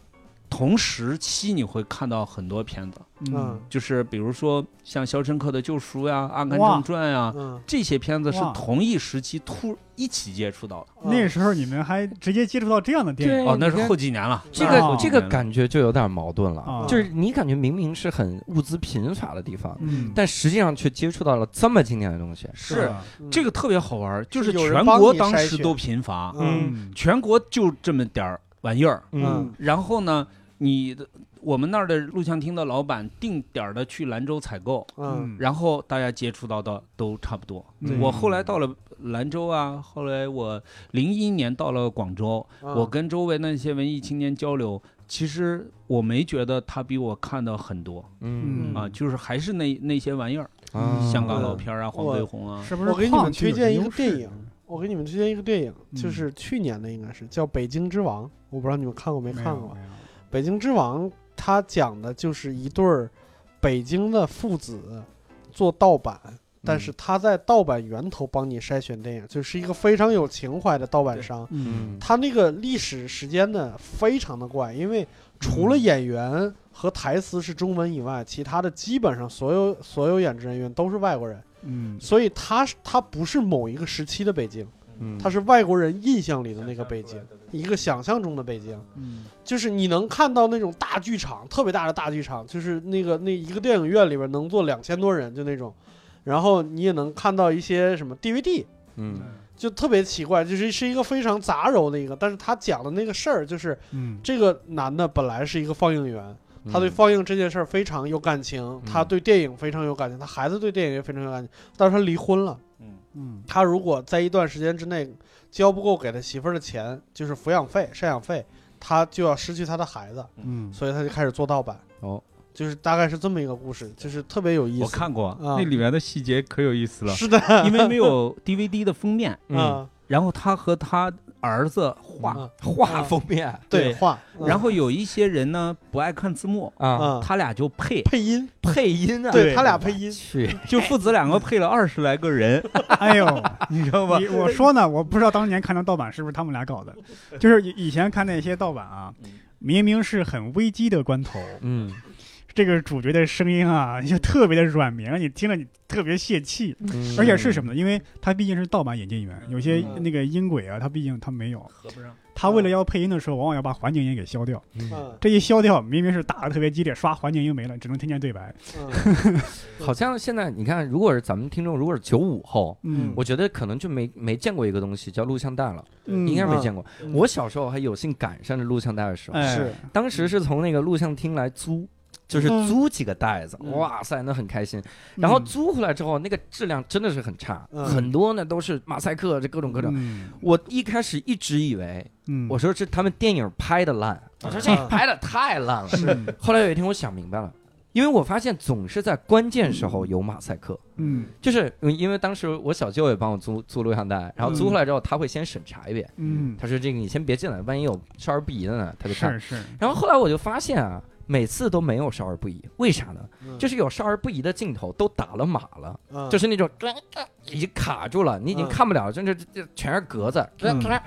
同时期你会看到很多片子，嗯嗯就是比如说像《肖申克的救赎》呀、《阿甘哇正传》呀，嗯，这些片子是哇同一时期突一起接触到的。嗯那时候你们还直接接触到这样的电影对哦，那你是看后几年了。这那是后个几这个年了感觉就有点矛盾了，啊，就是你感觉明明是很物资贫乏的地方，嗯，但实际上却接触到了这么经典的东西。是吧这个特别好玩儿，就是嗯是有人全帮国你当筛时选都贫乏，嗯嗯全国就这么点儿玩意儿。嗯然后呢，你的我们那儿的录像厅的老板定点儿的去兰州采购，嗯然后大家接触到的都差不多。嗯我后来到了兰州啊，后来我零一年到了广州，啊我跟周围那些文艺青年交流，其实我没觉得他比我看的很多嗯啊，就是还是那那些玩意儿，啊香港嗯老片儿啊，黄我飞鸿啊，是不是？我给你们推荐一个电影，我给你们推荐一个电影，就嗯是去年的，应该是叫《北京之王》，我不知道你们看过没没看有过。没有《北京之王》它讲的就是一对儿北京的父子做盗版，嗯但是他在盗版源头帮你筛选电影，就是一个非常有情怀的盗版对商。嗯，他那个历史时间呢，非常的怪，因为除了演员和台词是中文以外，其他的基本上所有所有演职人员都是外国人，嗯所以他是他不是某一个时期的北京，嗯，他是外国人印象里的那个北京，一个想象中的北京。嗯就是你能看到那种大剧场，特别大的大剧场，就是那个那一个电影院里边能坐两千多人，就那种。然后你也能看到一些什么 DVD，嗯就特别奇怪，就是是一个非常杂糅的一个。但是他讲的那个事儿，就是嗯这个男的本来是一个放映员，他对嗯放映这件事儿非常有感情，他对电影非常有感情，他孩子对电影也非常有感情。但是他离婚了，嗯嗯他如果在一段时间之内交不够给他媳妇儿的钱，就是抚养费、赡养费，他就要失去他的孩子。嗯所以他就开始做盗版。哦，就是大概是这么一个故事，就是特别有意思。我看过，啊那里面的细节可有意思了，是的， *laughs* 因为没有 DVD 的封面，嗯，啊，然后他和他儿子画嗯画封面对对画，嗯然后有一些人呢不爱看字幕，啊，啊，他俩就 *laughs* 配，配音，配音啊，对他俩配音，去，就父子两个配了二十来个人， *laughs* *laughs* 哎呦，你知道 *laughs* 吧你？我说呢，我不知道当年看到盗版是不是他们俩搞 *laughs* 的，就是以以前看那些盗版啊嗯，明明是很危机的关头，嗯，这个主角的声音啊就特别的软绵，让你听了你特别泄气，嗯而且是什么呢？因为它毕竟是盗版引进源，有些嗯那个音轨啊，它毕竟它没有，合不上，它为了要配音的时候，往往要把环境音给消掉。嗯？嗯这一消掉，明明是打的特别激烈，刷环境音没了，只能听见对白。嗯，好像现在你看，如果是咱们听众，如果是九五后，嗯，我觉得可能就没没见过一个东西叫录像带了，嗯应该没嗯见过。嗯我小时候还有幸赶上这录像带的时候，哎是当时是从那个录像厅来租，就是嗯租几个袋子，嗯哇塞，那很开心。然后租回来之后，那个质量真的是很差，嗯很多呢都是马赛克，这各种各种。嗯我一开始一直以为，嗯，我说这他们电影拍的烂，我说这啊拍的太烂了。是后来有一天我想明白了，因为我发现总是在关键时候有马赛克。嗯就是嗯因为当时我小舅也帮我租租录像带，然后租回来之后他会先审查一遍，嗯，他说这个你先别进来，万一有少儿不宜的呢，他就看。是是，然后后来我就发现啊，每次都没有少儿不宜，为啥呢？嗯就是有少儿不宜的镜头都打了码了，就是是那种呃呃已经卡住了，你已经嗯看不了，甚至这这全是格子。呃嗯呃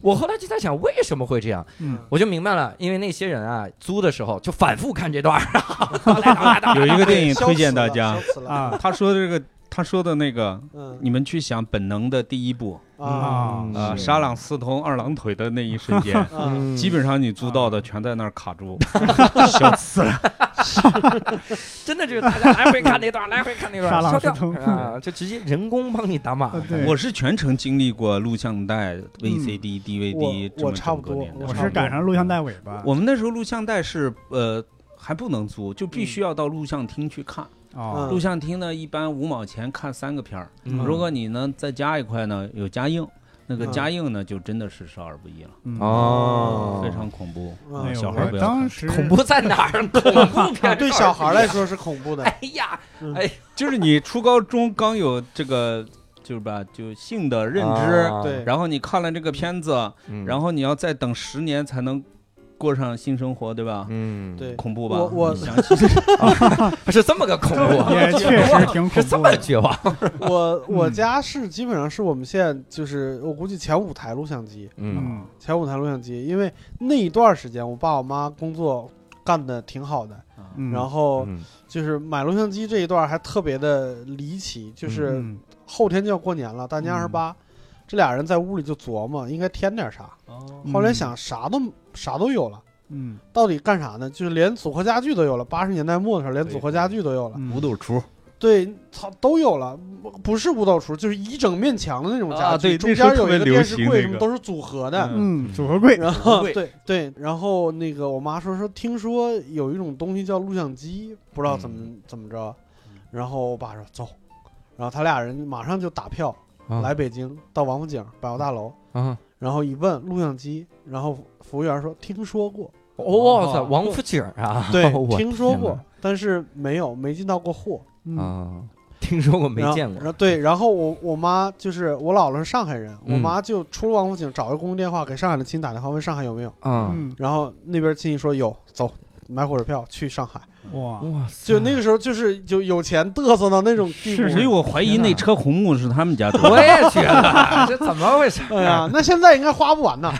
我后来就在想，为什么会这样？嗯我就明白了，因为那些人啊，租的时候就反复看这段儿， *laughs* 然后打来打来 *laughs* 打来有一个电影推荐 *laughs* 大家，啊，啊他说的这个，他说的那个，嗯你们去想《本能》的第一部，啊，嗯啊，是沙朗四通二郎腿的那一瞬间 *laughs* 啊，嗯基本上你租到的全在那儿卡住， *laughs* 笑死了。真的就是大家来回看那段，来回看那沙段，朗烧是通掉啊，就直接人工帮你打码呃。 *laughs* 对，我是全程经历过录像带、VCD、DVD 嗯我这我么差整不个多年代。嗯我是赶上录像带尾巴，我们那时候录像带是呃还不能租，就必须要到录像厅去看。嗯哦，录像厅呢，一般五毛钱看三个片儿，嗯如果你呢再加一块呢，有加映，那个嗯加映呢就真的是少儿不宜了，嗯，哦，非常恐怖。啊嗯哎呦，小孩我不要看当时恐怖在哪儿？恐怖片对小孩来，说是恐 *laughs* 怖 *laughs* 的，哎呀，就是你初高中刚有这个，就是吧，就性的认知，对，然后你看了这个片子，啊嗯然后你要再等十年才能过上新生活，对吧？嗯，对恐怖吧？我我你想起 *laughs* 是这么个恐怖 *laughs* 啊，也确实挺恐是嗯 *laughs* 这怖么的，绝望。我我嗯家是基本上是我们县，就是我估计前五台录像机，嗯嗯前五台录像机，因为那一段时间我爸我妈工作干的挺好的，啊嗯，然后嗯就是买录像机这一段还特别的离奇，就是嗯后天就要过年了，大年二十嗯八，这俩人在屋里就琢磨应该添点啥，哦后来想啥都啥都有了。嗯到底干啥呢？就是连组合家具都有了，八十年代末的时候连对组合家具都有了，嗯五斗橱对，操都有了，不不是五斗橱，就是一整面墙的那种家具，啊对中那时候间有一特别流电视行柜，那什么个都是组合的，嗯嗯，组合柜，然后柜对对，然后那个我妈说说，听说有一种东西叫录像机，不知道怎嗯么、怎么着，然后我爸说走，然后他俩人马上就打票、啊来北京，到王府井百货大楼，啊，然后一问录像机，然后服务员说听说 *laughs* 过，我操，王府井啊，对，我听说天过哪，但是没有没进到过货，嗯啊，听说过没然后见过然后对，然后我我妈就是我姥姥是上海人，嗯我妈就出了王府井找个公用电话给上海的亲戚打电话问上海有没有，啊？嗯，然后那边亲戚说有，走。买火车票去上海，哇，嗯哇塞，就那个时候就是就有钱嘚瑟到那种地步嗯是，所以我怀疑那车红木是他们家的。我也觉得啊这怎么回事？啊哎呀，那现在应该花不完 *laughs* 呐。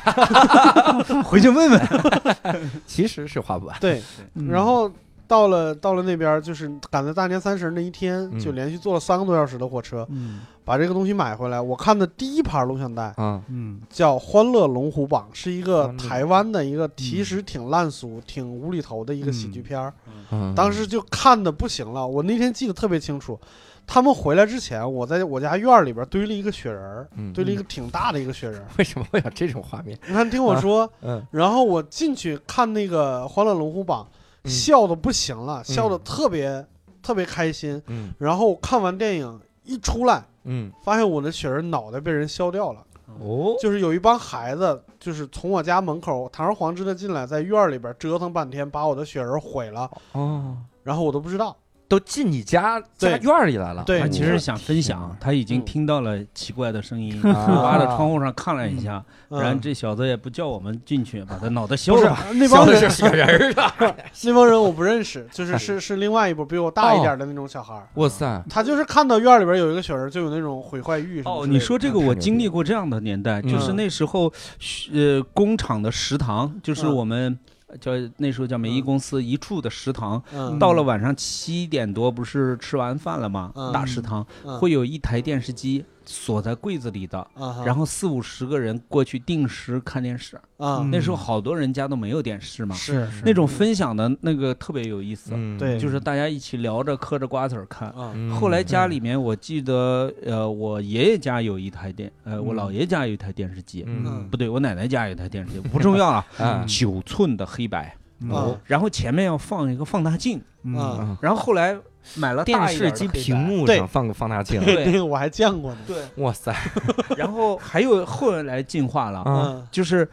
回去问问。 *laughs* 其实是花不完。对，嗯然后到了到了那边儿，就是赶在大年三十那一天，就嗯连续坐了三个多小时的火车，嗯把这个东西买回来。我看的第一盘录像带啊，嗯叫《欢乐龙虎榜》，是一个欢乐台湾的一个其实挺烂俗、挺无厘头的一个喜剧嗯片儿。嗯当时就看的不行了，我那天记得特别清楚。他们回来之前，我在我家院儿里边儿堆了一个雪人儿，嗯堆了一个挺大的一个雪人 *laughs* 儿。为什么会有这种画面？你看，听我说，嗯然后我进去看那个《欢乐龙虎榜》，嗯笑的不行了，笑的特别特别开心。嗯然后看完电影一出来，嗯，发现我的雪人脑袋被人削掉了，哦，就是有一帮孩子，就是从我家门口堂而皇之的进来，在院儿里边折腾半天，把我的雪人毁了，哦，然后我都不知道。都进你家对家院儿里来了。啊对他其实想分天享哪，他已经听到了奇怪的声音，啊挖到窗户上看了一下，嗯、然后这小子也不叫我们进去，把他脑袋削不是了吧。 *laughs* 那削帮的是人，雪人儿啊！那帮人我不认识，就是是是另外一波比我大一点的那种小孩儿，哇塞，他就是看到院儿里边有一个雪人就有那种毁坏欲什么哦，之类的你说这个，太我牛经逼历了过这样的年代，就是嗯那时候，呃，工厂的食堂，就是嗯我们叫那时候叫美一嗯公司一处的食堂，嗯到了晚上七点多，不是吃完饭了吗？嗯大食堂嗯会有一台电视机锁在柜子里的，啊，然后四五十个人过去定时看电视。啊、嗯那时候好多人家都没有电视嘛，是是那种分享的那个特别有意思，嗯对就是大家一起聊着嗑着瓜子儿看。啊嗯后来家里面，我记得，呃，我爷爷家有一台电，呃，我嗯姥爷家有一台电视机，嗯不对，我奶奶家有一台电视机，不重要了，啊九寸的黑白，啊然后前面要放一个放大镜，嗯啊嗯然后后来买了电大一点视的机黑白屏，幕对上放个放大 *laughs* 镜，对那个我还见过呢。对，哇塞，然后还有后来进化了，啊，嗯就是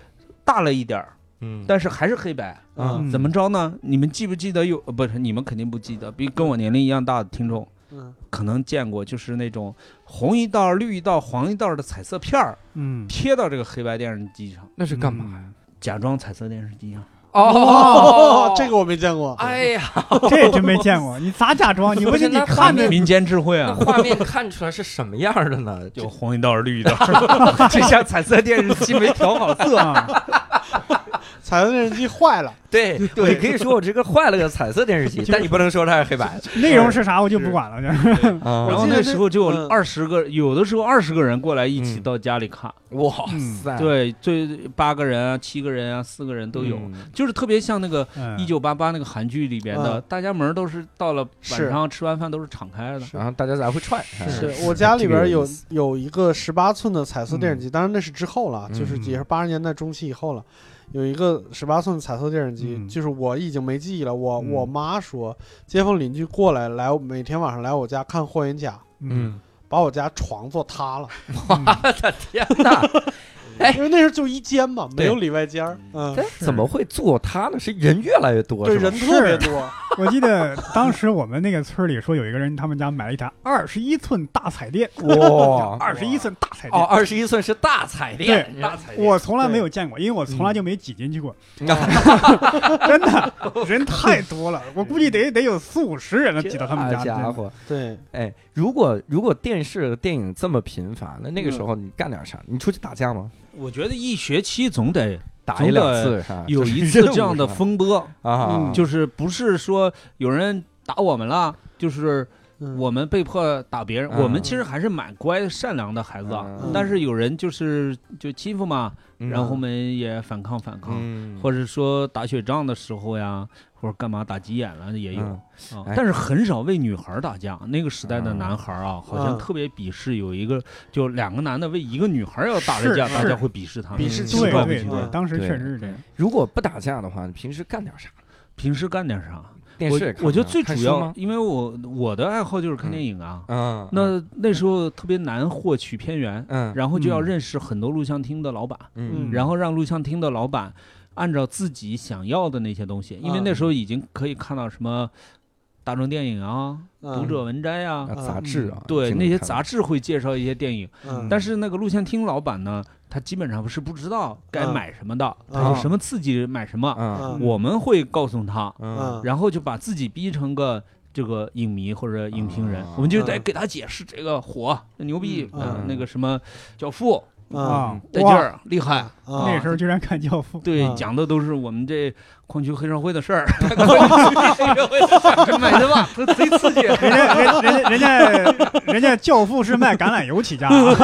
大了一点儿，嗯，但是还是黑白。啊嗯怎么着呢？你们记不记得有？呃不是，你们肯定不记得，比跟我年龄一样大的听众嗯可能见过，就是那种红一道、绿一道、黄一道的彩色片儿嗯，贴到这个黑白电视机上，那是干嘛？呀？假装彩色电视机啊。嗯哦， *laughs* 这个我没见过。哎 *laughs* 呀，这真没见过，你咋假 *laughs* 装？你不信你看着民间智慧那 *laughs* 啊，画面看出来是什么样的呢？有红一道、绿一道， *laughs* 这下彩色电视机没调好 *laughs* 色。啊，彩色电视机坏了，对，你可以说我这个坏了个彩色电视机，但你不能说它是黑白的。内容是啥我就不管了，就然啊后我记得那是时候就有嗯二十个，有的时候二十个人过来一起嗯哎到家里看，哇嗯塞，对，最八个人啊、七个人啊、四个人都有，嗯就是特别像那个嗯一九八八那个韩剧里边的，嗯大家门都是到了晚是上吃完饭都是敞开的。然后大家才会串。是哎我家里这个边有有意思有一个十八寸的彩色电视机，当然那是之后了，嗯就是也是八十年代中期以后了。有一个十八寸彩色电视机，嗯就是我已经没记忆了。我嗯我妈说，街坊邻居过来来，每天晚上来我家看《霍元甲》，嗯 *laughs* 嗯，把我家床坐塌了，我的天哪，哎因为那时候就一间嘛，没对有里外间儿。嗯，这怎么会做它呢？是人越来越多，对，是吧人特别多。 *laughs* 我记得当时我们那个村里说有一个人，他们家买了一台二十一寸大彩电，哇 *laughs* 二十一寸大彩哦，电，二十一寸是大彩电，对大彩电，我从来没有见过，因为我从来就没挤进 *laughs* 去过，啊真的人太多 *laughs* 了，我估计得得有四五十人了，挤到他们好 *laughs* 家家。伙，对，哎，如果如果电视电影这么频繁，那那个时候你干点啥？你出去打架吗？我觉得一学期总得打一两次是吧？有 *laughs* 一啊这是次任务这样的是吧风波，啊嗯，就是不是说有人打我们了，就是嗯我们被迫打别人。嗯我们其实还是蛮乖善良的孩子啊，嗯但是有人就是就欺负嘛，嗯然后我们也反抗反抗，嗯或者说打雪仗的时候呀，或者干嘛打急眼了也有。嗯啊哎，但是很少为女孩儿打架。那个时代的男孩儿啊，好像嗯特别鄙视有一个，就两个男的为一个女孩儿要打是了架，是大家会鄙视他们。鄙视嗯情对况对不对，行当时确实是这样。如果不打架的话，你平时干点啥？平时干点啥？电视也看我我觉得吗最看主书要吗，因为我我的爱好就是看电影啊。嗯，那那时候特别难获取片源，嗯然后就要嗯认识很多录像厅的老板，嗯嗯然后让录像厅的老板按照自己想要的那些东西，因为嗯那时候已经可以看到什么。大众电影啊、嗯读者文摘啊，啊杂志啊，嗯对经常那些看杂志会介绍一些电影，嗯，但是那个录像厅老板呢，他基本上是不知道该嗯买什么的，他啊说什么刺激买什么，嗯嗯我们会告诉他，啊嗯然后就把自己逼成个这个影迷或者影评人啊，我们就得给他解释这个火牛逼，嗯呃嗯那个什么教父啊啊，带劲哇，儿厉害。那啊时候居然看《教父》，对啊，讲的都是我们这矿区黑社会的 *laughs* 事儿，矿区黑社会的事儿买的吧，这 *laughs* 贼刺激。人家人人家人家人家《教父》是卖橄榄油起家啊，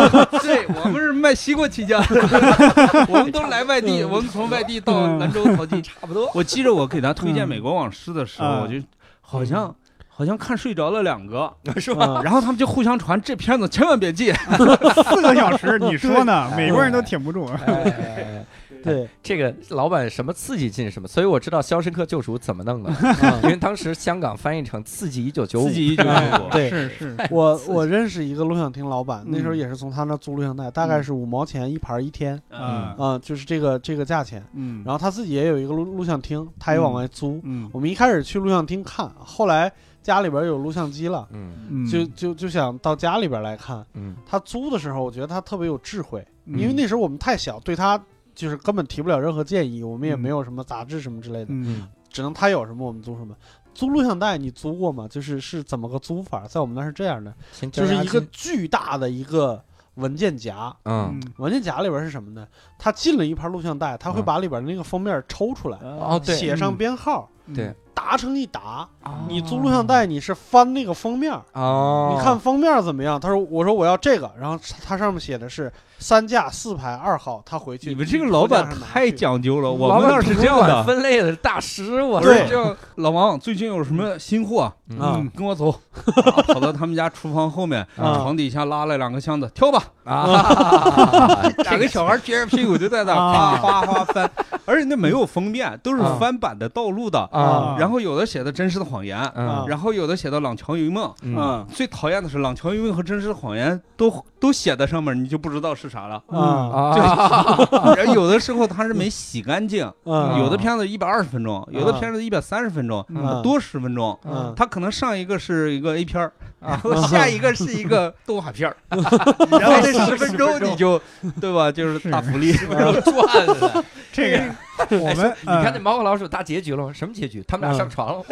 对我们是卖西瓜起家， *laughs* 我们都来外地，我们从外地到兰州淘金，差不多。嗯 *laughs* 嗯我记着我给他推荐《美国往事》的时候，嗯我就好像好像看睡着了两个，是吧？啊然后他们就互相传这片子千万别记，四个小时，你说呢？对美国人都挺不住。哎嗯对，这个老板什么刺激进什么，所以我知道《肖申克救赎》怎么弄 *laughs* 的，嗯因为当时香港翻译成“刺激一九九五自己一九哎对是是，我刺激我认识一个录像厅老板，那时候嗯也是从他那租录像带，大概是五毛钱一盘儿一天，嗯啊，啊，就是这个这个价钱。嗯，然后他自己也有一个录录像厅，他也往外租。嗯我们一开始去录像厅看，后来家里边有录像机了，嗯嗯，就就就想到家里边来看。嗯他租的时候，我觉得他特别有智慧，嗯因为那时候我们太小，对他就是根本提不了任何建议，我们也嗯没有什么杂志什么之类的，嗯只能他有什么我们租什么。租录像带你租过吗？就是是怎么个租法？在我们那儿是这样的，先交就是押一个金巨大的一个文件夹，嗯文件夹里边是什么呢？他进了一盘录像带，他会把里边那个封面抽出来，哦对写上编号，嗯对达成一沓。哦你租录像带，你是翻那个封面，哦，你看封面怎么样？他说，我说我要这个，然后他上面写的是三架四排二号，他回去。你们这个老板书架上拿去太讲究了，我老们板那儿是这样图书馆的。分类的大师，我对我说叫老王，最近有什么新货啊？啊嗯跟我走，然后 *laughs* 跑到他们家厨房后面，啊床底下拉了两个箱子，挑吧。嗯 *laughs* 啊， *laughs* 两个小孩撅着屁股就在那啊哗哗哗翻，而且那没有封面，都是啊翻版的道路的。啊然后有的写的《真实的谎言》，嗯然后有的写的《廊桥遗梦》。嗯嗯，最讨厌的是《廊桥遗梦》和《真实的谎言》都都写在上面，你就不知道是啥了。啊啊，然后有的时候它是没洗干净，嗯有的片子一百二十分钟，有的片子一百三十分钟，嗯多十分钟。嗯它可能上一个是一个 A *laughs* 片儿，啊然 *laughs* 后下一个是一个 *laughs* 动画片儿，然后这十分钟你就，对吧？就是大福利，转 *laughs* 了。这个我们呃你看那猫和老鼠大结局了吗？什么结局？他们俩上床了。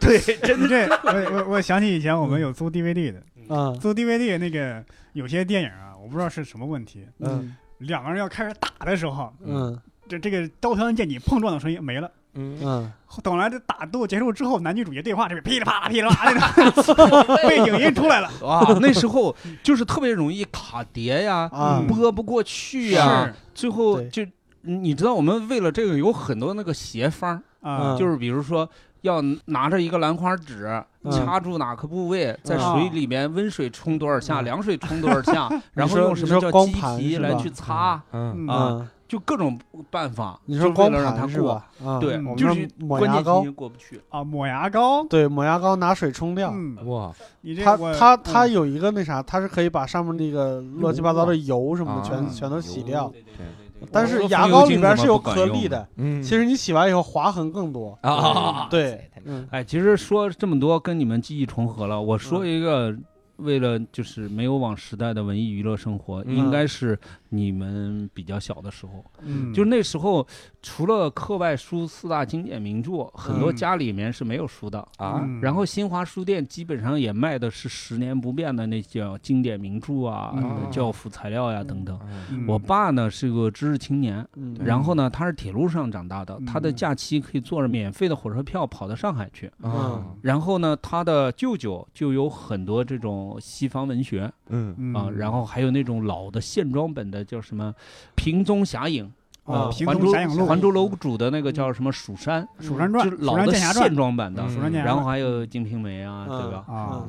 对，真你这，我我我想起以前我们有租 DVD 的，嗯租 DVD 那个有些电影啊，我不知道是什么问题，嗯两个人要开始打的时候，嗯这这个刀枪剑戟碰撞的声音没了。嗯，嗯等来这打斗结束之后，男女主角对话这边噼里啪啦噼里啪啦那种背景音出来了，哇，啊那时候就是特别容易卡碟呀，啊嗯播不过去呀，最后对就你知道，我们为了这个有很多那个斜方儿，啊嗯就是比如说要拿着一个兰花指嗯掐住哪个部位，在嗯水里面温水冲多少下，嗯凉水冲多 *laughs* 少下，然后你说用什你说么叫光鸡盘皮是来吧去擦，嗯啊嗯，就各种办法，你就说为光了让它盘是过。吧？啊对我，们就说是抹关牙键膏期，过不去。啊抹牙膏，对，抹牙膏拿水冲掉。嗯，哇，你这它我它嗯它有一个那啥，它是可以把上面那个乱七八糟的油什么的啊全全都洗掉，嗯对对对对对但我是说牙风油膏精里边怎是么有不管颗用粒呢的，嗯，其实你洗完以后划痕更多。 *laughs* 啊，对，嗯哎，其实说这么多，跟你们记忆重合了。我嗯说一个，为了就是没有往时代的文艺娱乐生活，嗯应该是你们比较小的时候。嗯就那时候，除了课外书四大经典名著，很多嗯家里面是没有书的。啊，嗯然后新华书店基本上也卖的是十年不变的那叫经典名著啊、嗯教辅材料呀、等等。啊嗯我爸呢是个知识青年，嗯对然后呢他是铁路上长大的，他的嗯假期可以坐着免费的火车票跑到上海去。啊，然后呢，他的舅舅就有很多这种西方文学啊、嗯嗯然后还有那种老的线装本的叫什么《瓶中侠影呃啊，啊平还东珠侠影嗯录、还珠楼主》的那个叫什么《蜀山》 《蜀山传就是》、 《蜀老山的剑侠传线》装版的，嗯蜀山剑侠然后传还有《金瓶梅》啊，嗯对吧？啊，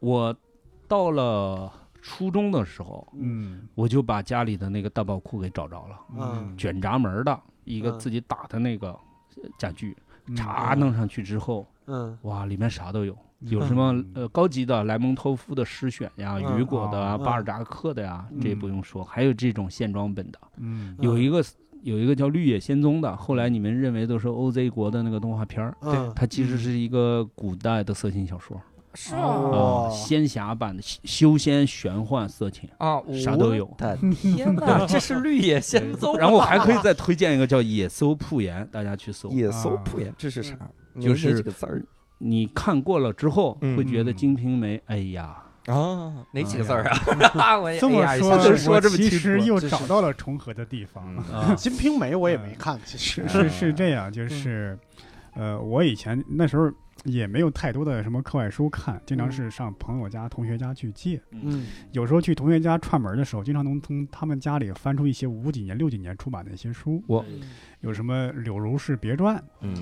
我到了初中的时候，嗯我就把家里的那个大宝库给找着了，嗯卷闸门的一个嗯自己打的那个呃家具，嗯嚓、嗯弄上去之后，嗯哇，里面啥都有。有嗯什么呃高级的莱蒙托夫的诗选呀、嗯雨果的啊、嗯巴尔扎克的呀，嗯这不用说，还有这种线装本的，嗯嗯有一个有一个叫《绿野仙踪》的，后来你们认为都是 OZ 国的那个动画片儿，嗯，它其实是一个古代的色情小说是哦啊啊，哇仙侠版的修修仙、玄幻、色情。啊，啥我都有的天哪，这是绿野仙哦踪啊。然后我还可以再推荐一个叫《野搜铺岩》，大家去搜。野搜搜不不言，啊嗯这是啥？就没是几个字儿你看过了之后，嗯会觉得《嗯金瓶梅》，哎呀，啊？哪几个字儿啊？ *laughs* 我也这么说，哎呀一下就我说这么嗯其清实楚。又这找是到了重合的地方。啊 *laughs* 《金瓶梅》我也嗯没看，其实是是是这样，就是，呃，我以前那时候也没有太多的什么课外书看，经常是上朋友家、同学家去借。嗯有时候去同学家串门的时候，经常能从他们家里翻出一些五几年、六几年出版的一些书，我有什么《柳如是别传》《嗯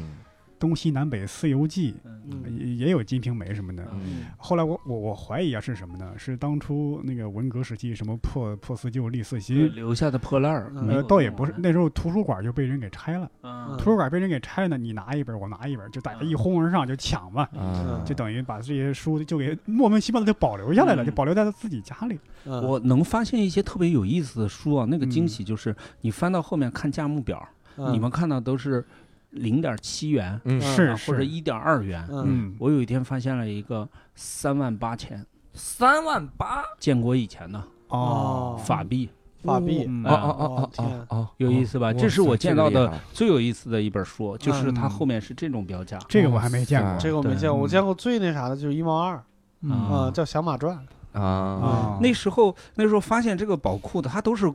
东西南北四游记》嗯也也有《金瓶梅》什么的。嗯后来我我我怀疑啊是什么呢？是当初那个文革时期什么破破四旧立四新，留下的破烂儿，嗯没有呃，倒也不是，用那时候图书馆就被人给拆了。啊图书馆被人给拆了呢，你拿一本，我拿一本，就大家嗯一哄而上就抢嘛，啊，就等于把这些书就给莫名其妙的就保留下来了，嗯就保留在他自己家里。嗯，我能发现一些特别有意思的书啊，那个惊嗯喜就是你翻到后面看价目表，嗯你们看到都是零点七元、嗯是啊是，或者一点二元。嗯嗯，我有一天发现了一个三万八千，三万八建国以前的哦法币，法币嗯哦啊哦哦哦哦哦，有意思吧哇塞这是我见到的这个厉害最有意思的一本书，就是它嗯后面是这种标价。这个我还没见过这个我没见嗯过，我见过最那啥的就是一毛二啊，嗯叫《小马传》，啊，啊，那时候那时候发现这个宝库的，它都是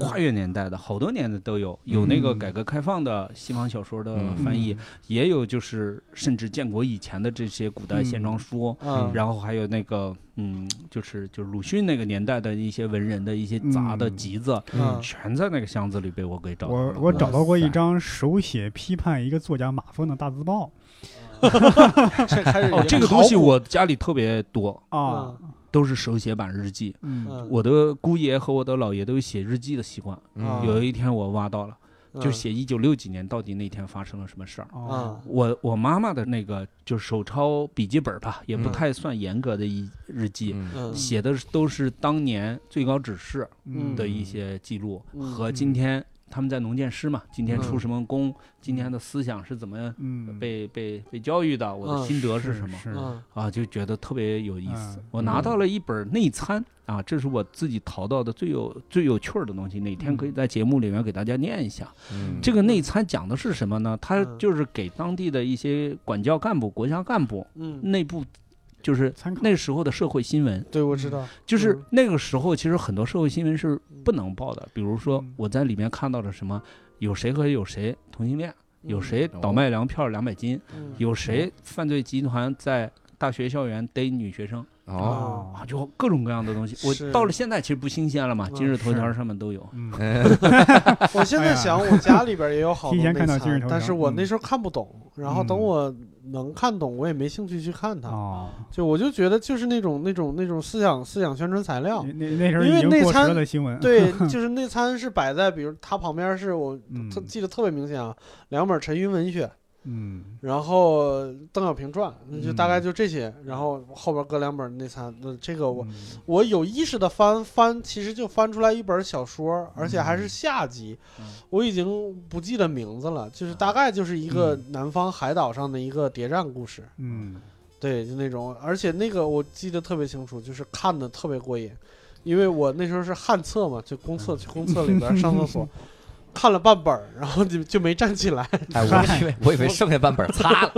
跨越年代的，好多年的都有，有那个嗯改革开放的西方小说的嗯翻译，也有就是甚至建国以前的这些古代线装书，嗯，然后还有那个嗯，就是就是鲁迅那个年代的一些文人的一些嗯杂的集子，嗯全在那个箱子里被我给找到我了。我找到过一张手写批判一个作家马蜂的大字报 *laughs* 这开始哦，这个东西我家里特别多，啊，都是手写版日记。嗯我的姑爷和我的姥爷都有写日记的习惯。嗯啊有一天我挖到了，嗯就写一九六几年到底那天发生了什么事儿。啊哦我我妈妈的那个就是手抄笔记本吧，也不嗯太算严格的一日记，嗯写的是都是当年最高指示嗯的一些记录、嗯和今天他们在农建师嘛，今天出嗯什么工，今天的思想是怎么嗯被、被被教育的，我的嗯心得是什么、是嗯啊，就觉得特别有意思。嗯我拿到了一本内参啊，这是我自己淘到的最有最有趣儿的东西，哪天可以在节目里面给大家念一下。嗯这个内参讲的是什么呢？它嗯就是给当地的一些管教干部、国家干部嗯，内部，就是参考那时候的社会新闻。对，我知道，就是嗯那个时候，其实很多社会新闻是嗯不能报的，比如说嗯我在里面看到了什么，有谁和有谁同性恋，有谁倒卖粮票两百斤，哦嗯有谁犯罪集团在大学校园逮女学生 *laughs* 哦，啊，就各种各样的东西。是我到了现在其实不新鲜了嘛，嗯今日头条是上面都有。嗯 *laughs* 我现在想，我家里边也有好多哎提前内看到今日参头，条但是我嗯那时候看不懂，然后等嗯我能看懂，我也没兴趣去看它。哦，就我就觉得就是那种那种那种思想思想宣传材料那，那那时候哦因为已经内过时参了的新闻， *laughs* 对，就是内参是摆在，比如它旁边是我嗯特记得特别明显啊，两本陈云文学，嗯然后邓小平传，那就大概嗯就这些，然后后边搁两本内参，那这个我嗯我有意识的翻翻，其实就翻出来一本小说，而且还是下集，嗯啊我已经不记得名字了，就是大概就是一个南方海岛上的一个谍战故事，嗯对，就那种，而且那个我记得特别清楚，就是看的特别过瘾，因为我那时候是旱厕嘛，就公嗯厕去公厕里边上厕所， *laughs* 看了半本儿，然后就就没站起来，哎，我以为我以为剩下半本儿擦 *laughs* 了，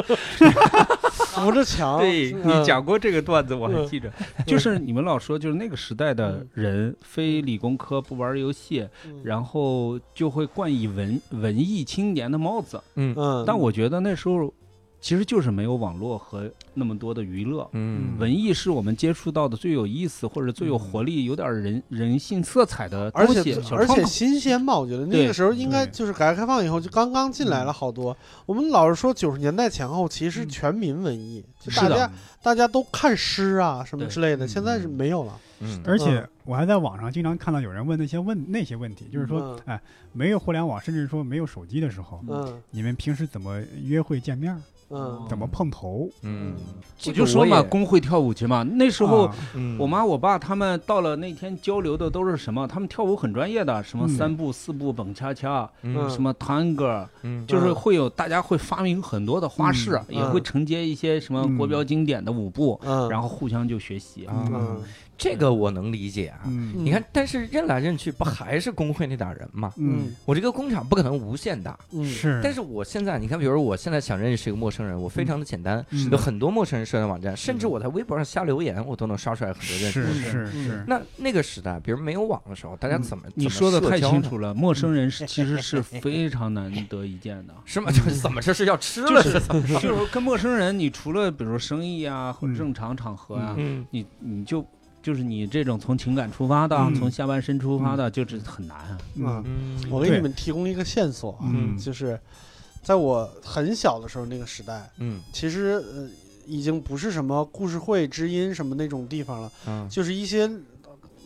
扶着墙，对嗯你讲过这个段子，我还 *laughs* 记着。就是你们老说，就是那个时代的嗯人非理工科不玩游戏，嗯然后就会冠以文文艺青年的帽子。嗯，但我觉得那时候其实就是没有网络和那么多的娱乐。嗯文艺是我们接触到的最有意思，或者最有活力、有点人人性色彩的嗯而东西且。小而窗且口新鲜吧，我觉得那对个时候应该对就是改革开放以后就刚刚进来了好多。我们老是说九十年代前后其实是嗯全民文艺，就是大的家大家都看诗啊什么对之类的，嗯现在是没有了。嗯而且我还在网上经常看到有人问那些问那些问题，就是说，哎，没有互联网，甚至说没有手机的时候，嗯嗯你们平时怎么约会见面儿？嗯怎么碰头。嗯我就说嘛，也工会跳舞去嘛。那时候啊嗯我妈我爸他们到了那天交流的都是什么？他们跳舞很专业的，什么嗯三步、四步、蹦恰恰，嗯什么 tango，嗯就是会有大家会发明很多的花式，嗯也会承接一些什么国标经典的舞步，嗯，然后互相就学习。啊嗯这个我能理解啊。嗯你看，但是认来认去，不还是工会那点儿人吗？嗯我这个工厂不可能无限大，嗯是，但是我现在，你看，比如我现在想认识一个陌生人，我非常的嗯简单，嗯有很多陌生人社交网站，甚至我在微博上瞎留言，我都能刷出来很多认识是的人。是嗯是，那那个时代，比如没有网的时候，大家怎么、嗯你怎么说的社太交清呢，楚了，陌 *laughs* 生人是其实是非常难得一见的。是吗？就是怎么这是要吃了是怎么？嗯就是跟陌生人，你除了比如生意啊，或者嗯正常场合啊，嗯，你你就就是你这种从情感出发的，嗯从下半身出发的，就是很难啊。嗯嗯， *laughs* 我给你们提供一个线索啊，嗯就是在我很小的时候那个时代，嗯其实呃已经不是什么故事会、知音什么那种地方了，嗯就是一些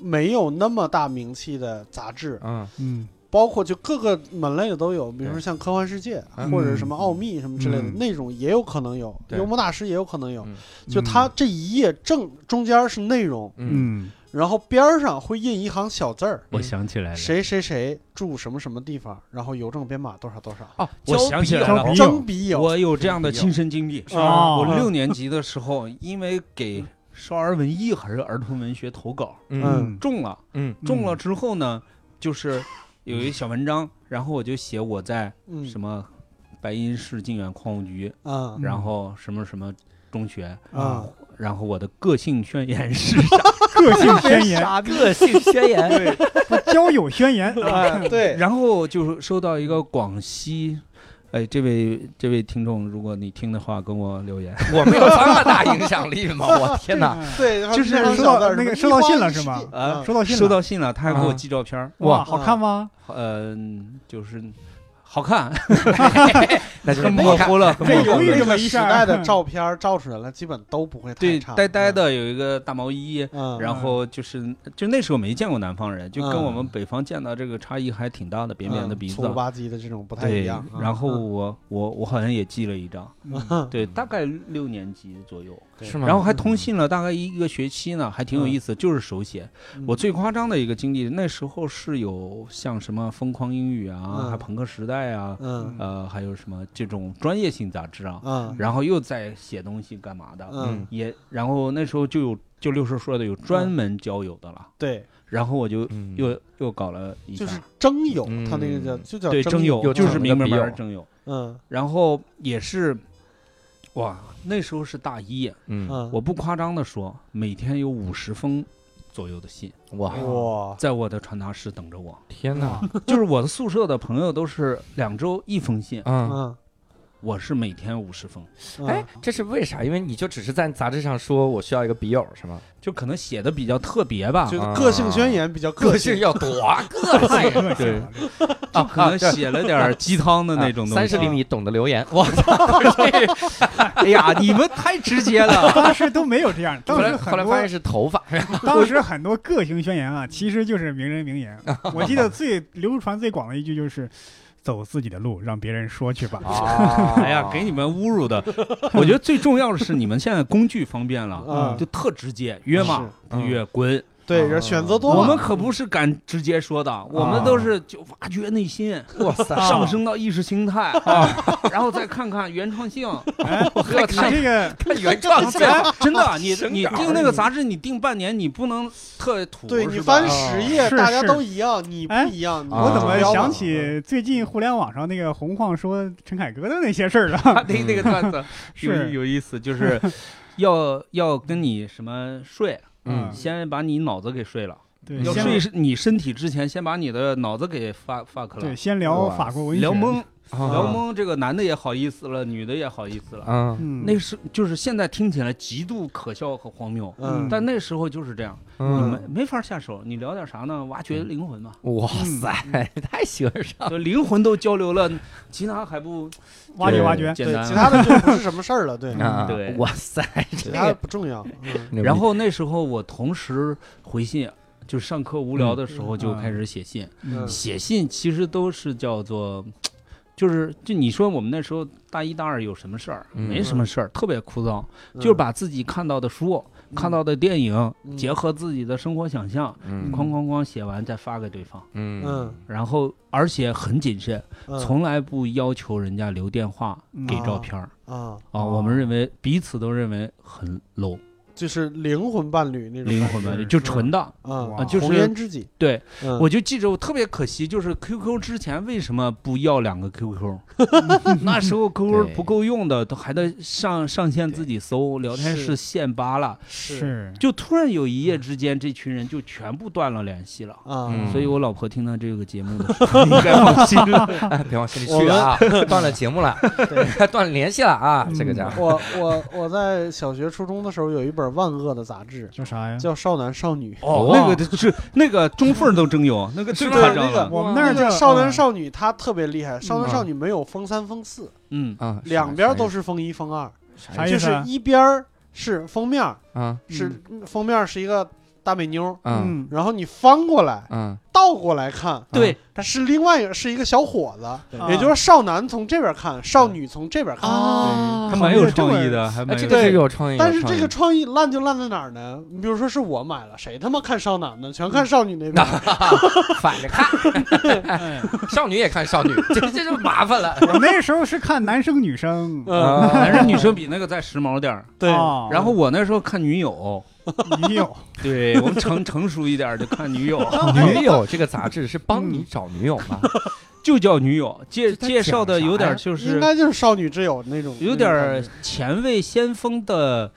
没有那么大名气的杂志，嗯嗯包括就各个门类的都有，比如说对像《科幻世界》啊嗯或者什么《奥秘》什么之类的、嗯那种也有可能有，对幽默大师也有可能有。嗯就它这一页正中间是内容，嗯嗯然后边儿上会印一行小字儿，我想起来了谁谁谁住什么什么地方，然后邮政编码多少多少。哦，我交想笔起来友了征笔友，哎我有这样的亲身经历。是吧我哦六年级的时候，因为给少儿文艺还是儿童文学投稿嗯嗯中了，嗯中了之后呢，就是有一小文章，然后我就写我在嗯什么白银市靖远矿务局，啊然后什么什么中学，啊，然后我的个性宣言是个性宣哎言，个性宣言，对，不交友宣言，啊哎对，然后就是收到一个广西，哎，这位这位听众，如果你听的话，跟我留言。我们有这么大影响力吗？ *laughs* 我天哪！嗯， *laughs* 对，然后就是那行收到小字那儿什个么收到一花信了一是世吗界啊嗯收到信了，收到信了，他还给我啊寄照片儿，哇，哇好看吗？嗯，就是 *laughs* 好看，那就是很模糊了，很这模犹糊豫了。这么个一时下儿代的照片儿照出来了，基本都不会太对，差。嗯呆呆的有一个大毛衣，嗯，嗯，然后就是就那时候没见过南方人，就跟嗯我们北方见到这个差异还挺大的，扁扁的鼻子啊粗。了吧唧的这种不太一对样。，嗯然后我我我好像也寄了一张，嗯对，大概六年级左右，是吗？然后还通信了大概一个学期呢，还嗯挺有意思，就是手写。我最夸张的一个经历，那时候是有像什么《疯狂英语》啊，嗯还《朋克时代》啊，嗯呃，还有什么这种专业性杂志啊，嗯然后又在写东西干嘛的，嗯，也然后那时候就有就六叔说的有专门交友的了，对，然后我就嗯又又搞了一下就，是征友，嗯他那个叫就叫对征征友，有就是征明友明白白有征友，嗯然后也是，哇，那时候是大一。嗯嗯，我不夸张的说，每天有五十封左右的信哇哇，在我的传达室等着我。 *laughs* 嗯天哪！就是我的宿舍的朋友都是两周一封信，嗯，嗯，我是每天五十封，嗯哎，这是为啥？因为你就只是在杂志上说我需要一个笔友是吗？就可能写的比较特别吧嗯就，是个性宣言比较个性性，要多啊个个性性了对就 *laughs* 可能写了点儿鸡汤的那种东啊三西。 *laughs* 十厘米懂得留言，我操！这哎呀，你们太直接 *laughs* 了。当时都没有这样，后当时来后很来发现多是头 *laughs* 发，当时很多个性宣言啊，其实就是名人名言。我记得最流传最广的一句就是“走自己的路，让别人说去吧”。啊哎呀，给你们侮辱的！我觉得最重要的是你们现在工具方便了，嗯，就特直接，约嘛不约滚。对，啊然后选择多了，我们可不是敢直接说的，我们都是就挖掘内心。哇塞！上升到意识形态啊，然后再看看原创性，哎，*laughs* 还你这个看原创性，真的，你生你长订那个杂志，你订半年，你不能特土，对是你吧翻十页，是大家是都一样，你不哎一样，你啊我怎么标想榜起最近互联网上那个洪晃说陈凯歌的那些事儿了？啊那那个段子 *laughs* 有是有意思，就是 *laughs* 要要跟你什么睡，嗯先把你脑子给睡了，对，要嗯先睡是你身体之前，先把你的脑子给发发克对，了，先聊哇法国文学，聊懵聊啊懵，这个男的也好意思了，女的也好意思了，啊嗯，那是就是现在听起来极度可笑和荒谬，嗯，但那时候就是这样。你嗯！没没法下手，你聊点啥呢？挖嗯掘灵魂嘛，哇塞，嗯太喜欢上就灵魂都交流了，其他还不挖掘对挖掘，简对，单其他的就不 *laughs* 是什么事儿嗯了，对，了啊！对哇塞，其这他的个不重要，嗯牛逼然后那时候我同时回信，就上课无聊的时候就开始写信，嗯写信其实都是叫做就是就你说我们那时候大一大二有什么事儿？嗯没什么事儿，特别枯燥，嗯 *laughs* 就是把自己看到的书、看到的电影，嗯结合自己的生活想象，嗯哐哐哐写完再发给对方。嗯嗯，然后，而且很谨慎，嗯从来不要求人家留电话、嗯给照片儿啊，啊。哦我们认为彼此都认为很 low，就是灵魂伴侣那种灵魂伴侣是就纯的。啊啊就是红颜知己。对，嗯我就记着，我特别可惜，就是 QQ 之前为什么不要两个 *laughs* QQ？那时候 QQ 不够用的，都还得上上线自己搜，聊天是室限八了，是就突然有一夜之间，这群人就全部断了联系了。啊，嗯所以我老婆听到这个节目的 *laughs* 时候，应该放心 *laughs* 了。哎别往心里去啊，断了节目了，对嗯断了联系了啊，这个家伙。我我我在小学初中的时候有一本万恶的杂志，叫啥呀？叫《少男少女》。哦那个就是那个中缝儿都 *laughs* 真有，那个最吧夸张那个了。我们那儿那叫个少男少女，他特别厉害。少男嗯少女没有风三风四，嗯，啊，啥两边都是风一风二，啥嗯啥意意思思啊就是一边儿是封面儿，啊是嗯封面儿是一个大美妞，嗯嗯，然后你翻过来嗯倒过来看，对，它是另外一个是一个小伙子，啊也就是少男从这边看，少女从这边看。啊还蛮有创意的，还哎，蛮这有创个意是有创意，哦但有是创这意个创意烂就烂在哪儿呢？你比如说是我买了，谁他妈看少男呢？全看少女那边。，反着看，哎少女也看少女，这这就麻烦了。 *laughs* 啊我那时候是看男生女生嗯，男 *laughs* 生女生比那个再时髦点儿。对，哦啊哎然后我那时候看女友，女友，对我们成成熟一点儿就看女友，嗯女友这个杂志是帮你找女友吗？就叫女友，介这他介绍的讲啥有点哎呀儿就应是该就是少女之友那种，有点儿前卫先锋的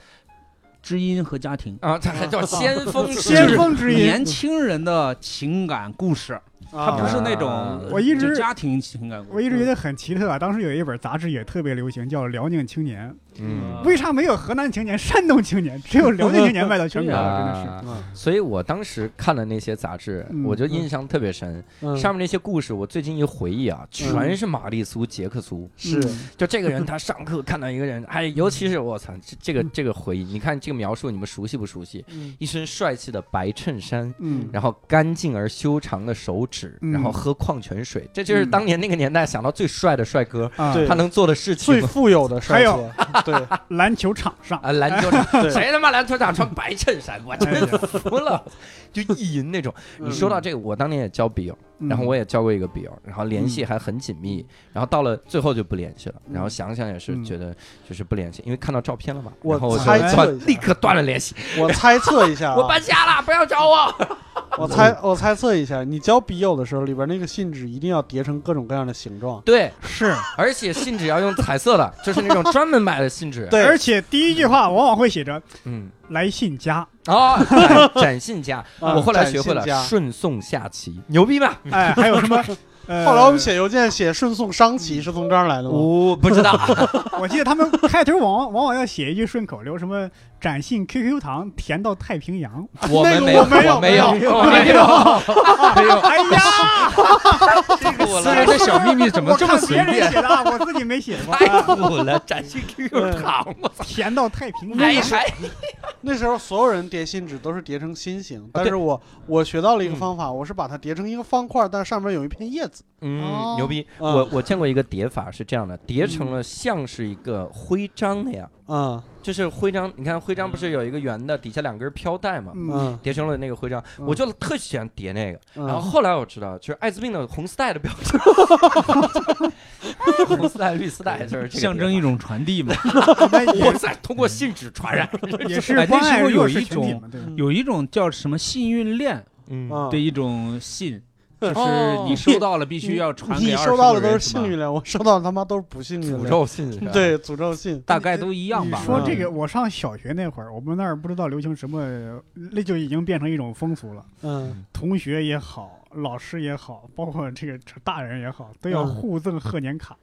知音和家庭，嗯啊，这还叫先锋之先锋之年音，轻人的情感故事，那种感它觉，不是那啊种我一直就家庭情感故我事。一直觉得很奇特啊。当时有一本杂志也特别流行，叫《辽宁青年》，嗯，为啥没有河南青年、山东青年，只有辽宁青年卖到全 *laughs* 国了？真的是。啊。啊所以我当时看了那些杂志，嗯我就印象特别深。嗯上面那些故事，我最近一回忆嗯啊，全是玛丽苏·杰克苏。是就这个人，他上课看到一个人，哎，嗯尤其是我操，这这个这个回忆，你看这个描述，你们熟悉不熟悉？嗯一身帅气的白衬衫，嗯，然后干净而修长的手指，嗯然后喝矿泉水，这就是当年那个年代想到最帅的帅哥啊，对他能做的事最情。富有的帅还哥有，对， *laughs* 啊篮球场上，哎啊，篮球场，对谁他妈篮球场穿白衬衫？我真服了，就意淫那种。嗯你说到这个，我当年也交笔友，嗯 *laughs* 然后我也交过一个笔友，然后联系还很紧密，然后到了最后就不联系了，然后想想也是嗯觉得就是不联系，因为看到照片了嘛，我然后我就猜测断一下立刻断了联系，我猜测一下 *laughs* 啊，我搬家了，不要找我。 *laughs* 我猜我猜测一下，你交笔友的时候，里边那个信纸一定要叠成各种各样的形状，对，是，而且信纸要用彩色的，就是那种专门买的信纸。而且第一句话往往会写着嗯， “来信佳哦，展展信家，啊我后来学会展信家了顺送下棋，牛逼吧？”，哎，还有什么？ *laughs* 呃，后来我们，写邮件写顺送商旗是从这儿来的吗？我不知道，我记得他们开头往往往往要写一句顺口溜，什么“展信 QQ 糖，甜到太平洋我们没有，我没有，我没有，没”。有。哎呀，这个我私人的小秘密怎么这么随我看别人便？写的啊，我自己没 *laughs* 写过。哎太苦了，展信 QQ 糖，我操！甜到太平哎洋，还还那时候所有人叠信纸都是叠成心形，但是我我学到了一个方法，我是把它叠成一个方块，但上面有一片叶子。嗯哦，牛逼！啊嗯我我见过一个叠法是这样的，叠成了像是一个徽章那样，嗯就是徽章。你看徽章不是有一个圆的，底下两根飘带吗？嗯，嗯叠成了那个徽章，嗯我就特喜欢叠那个。嗯，然后后来我知道，就是艾滋病的红丝带的标志，红丝带、绿丝带就是这个象征一种 *laughs* 传递嘛，那叠法。也哇塞，通过信纸传染，也是哎那关时爱候弱有势一群体种嘛，对吧嗯有一种叫什么幸运链嗯嗯的一种信，就是哦你收到了必须要传你给你20收到的个都人是吧幸运的，我收到的他妈都是不幸运诅的。咒信是吧？对，诅咒信。大概都一样吧你。说这嗯个，我上小学那会儿，我们那儿不知道流行什么，那就已经变成一种风俗了。嗯同学也好，老师也好，包括这个大人也好，都要嗯互赠贺年卡。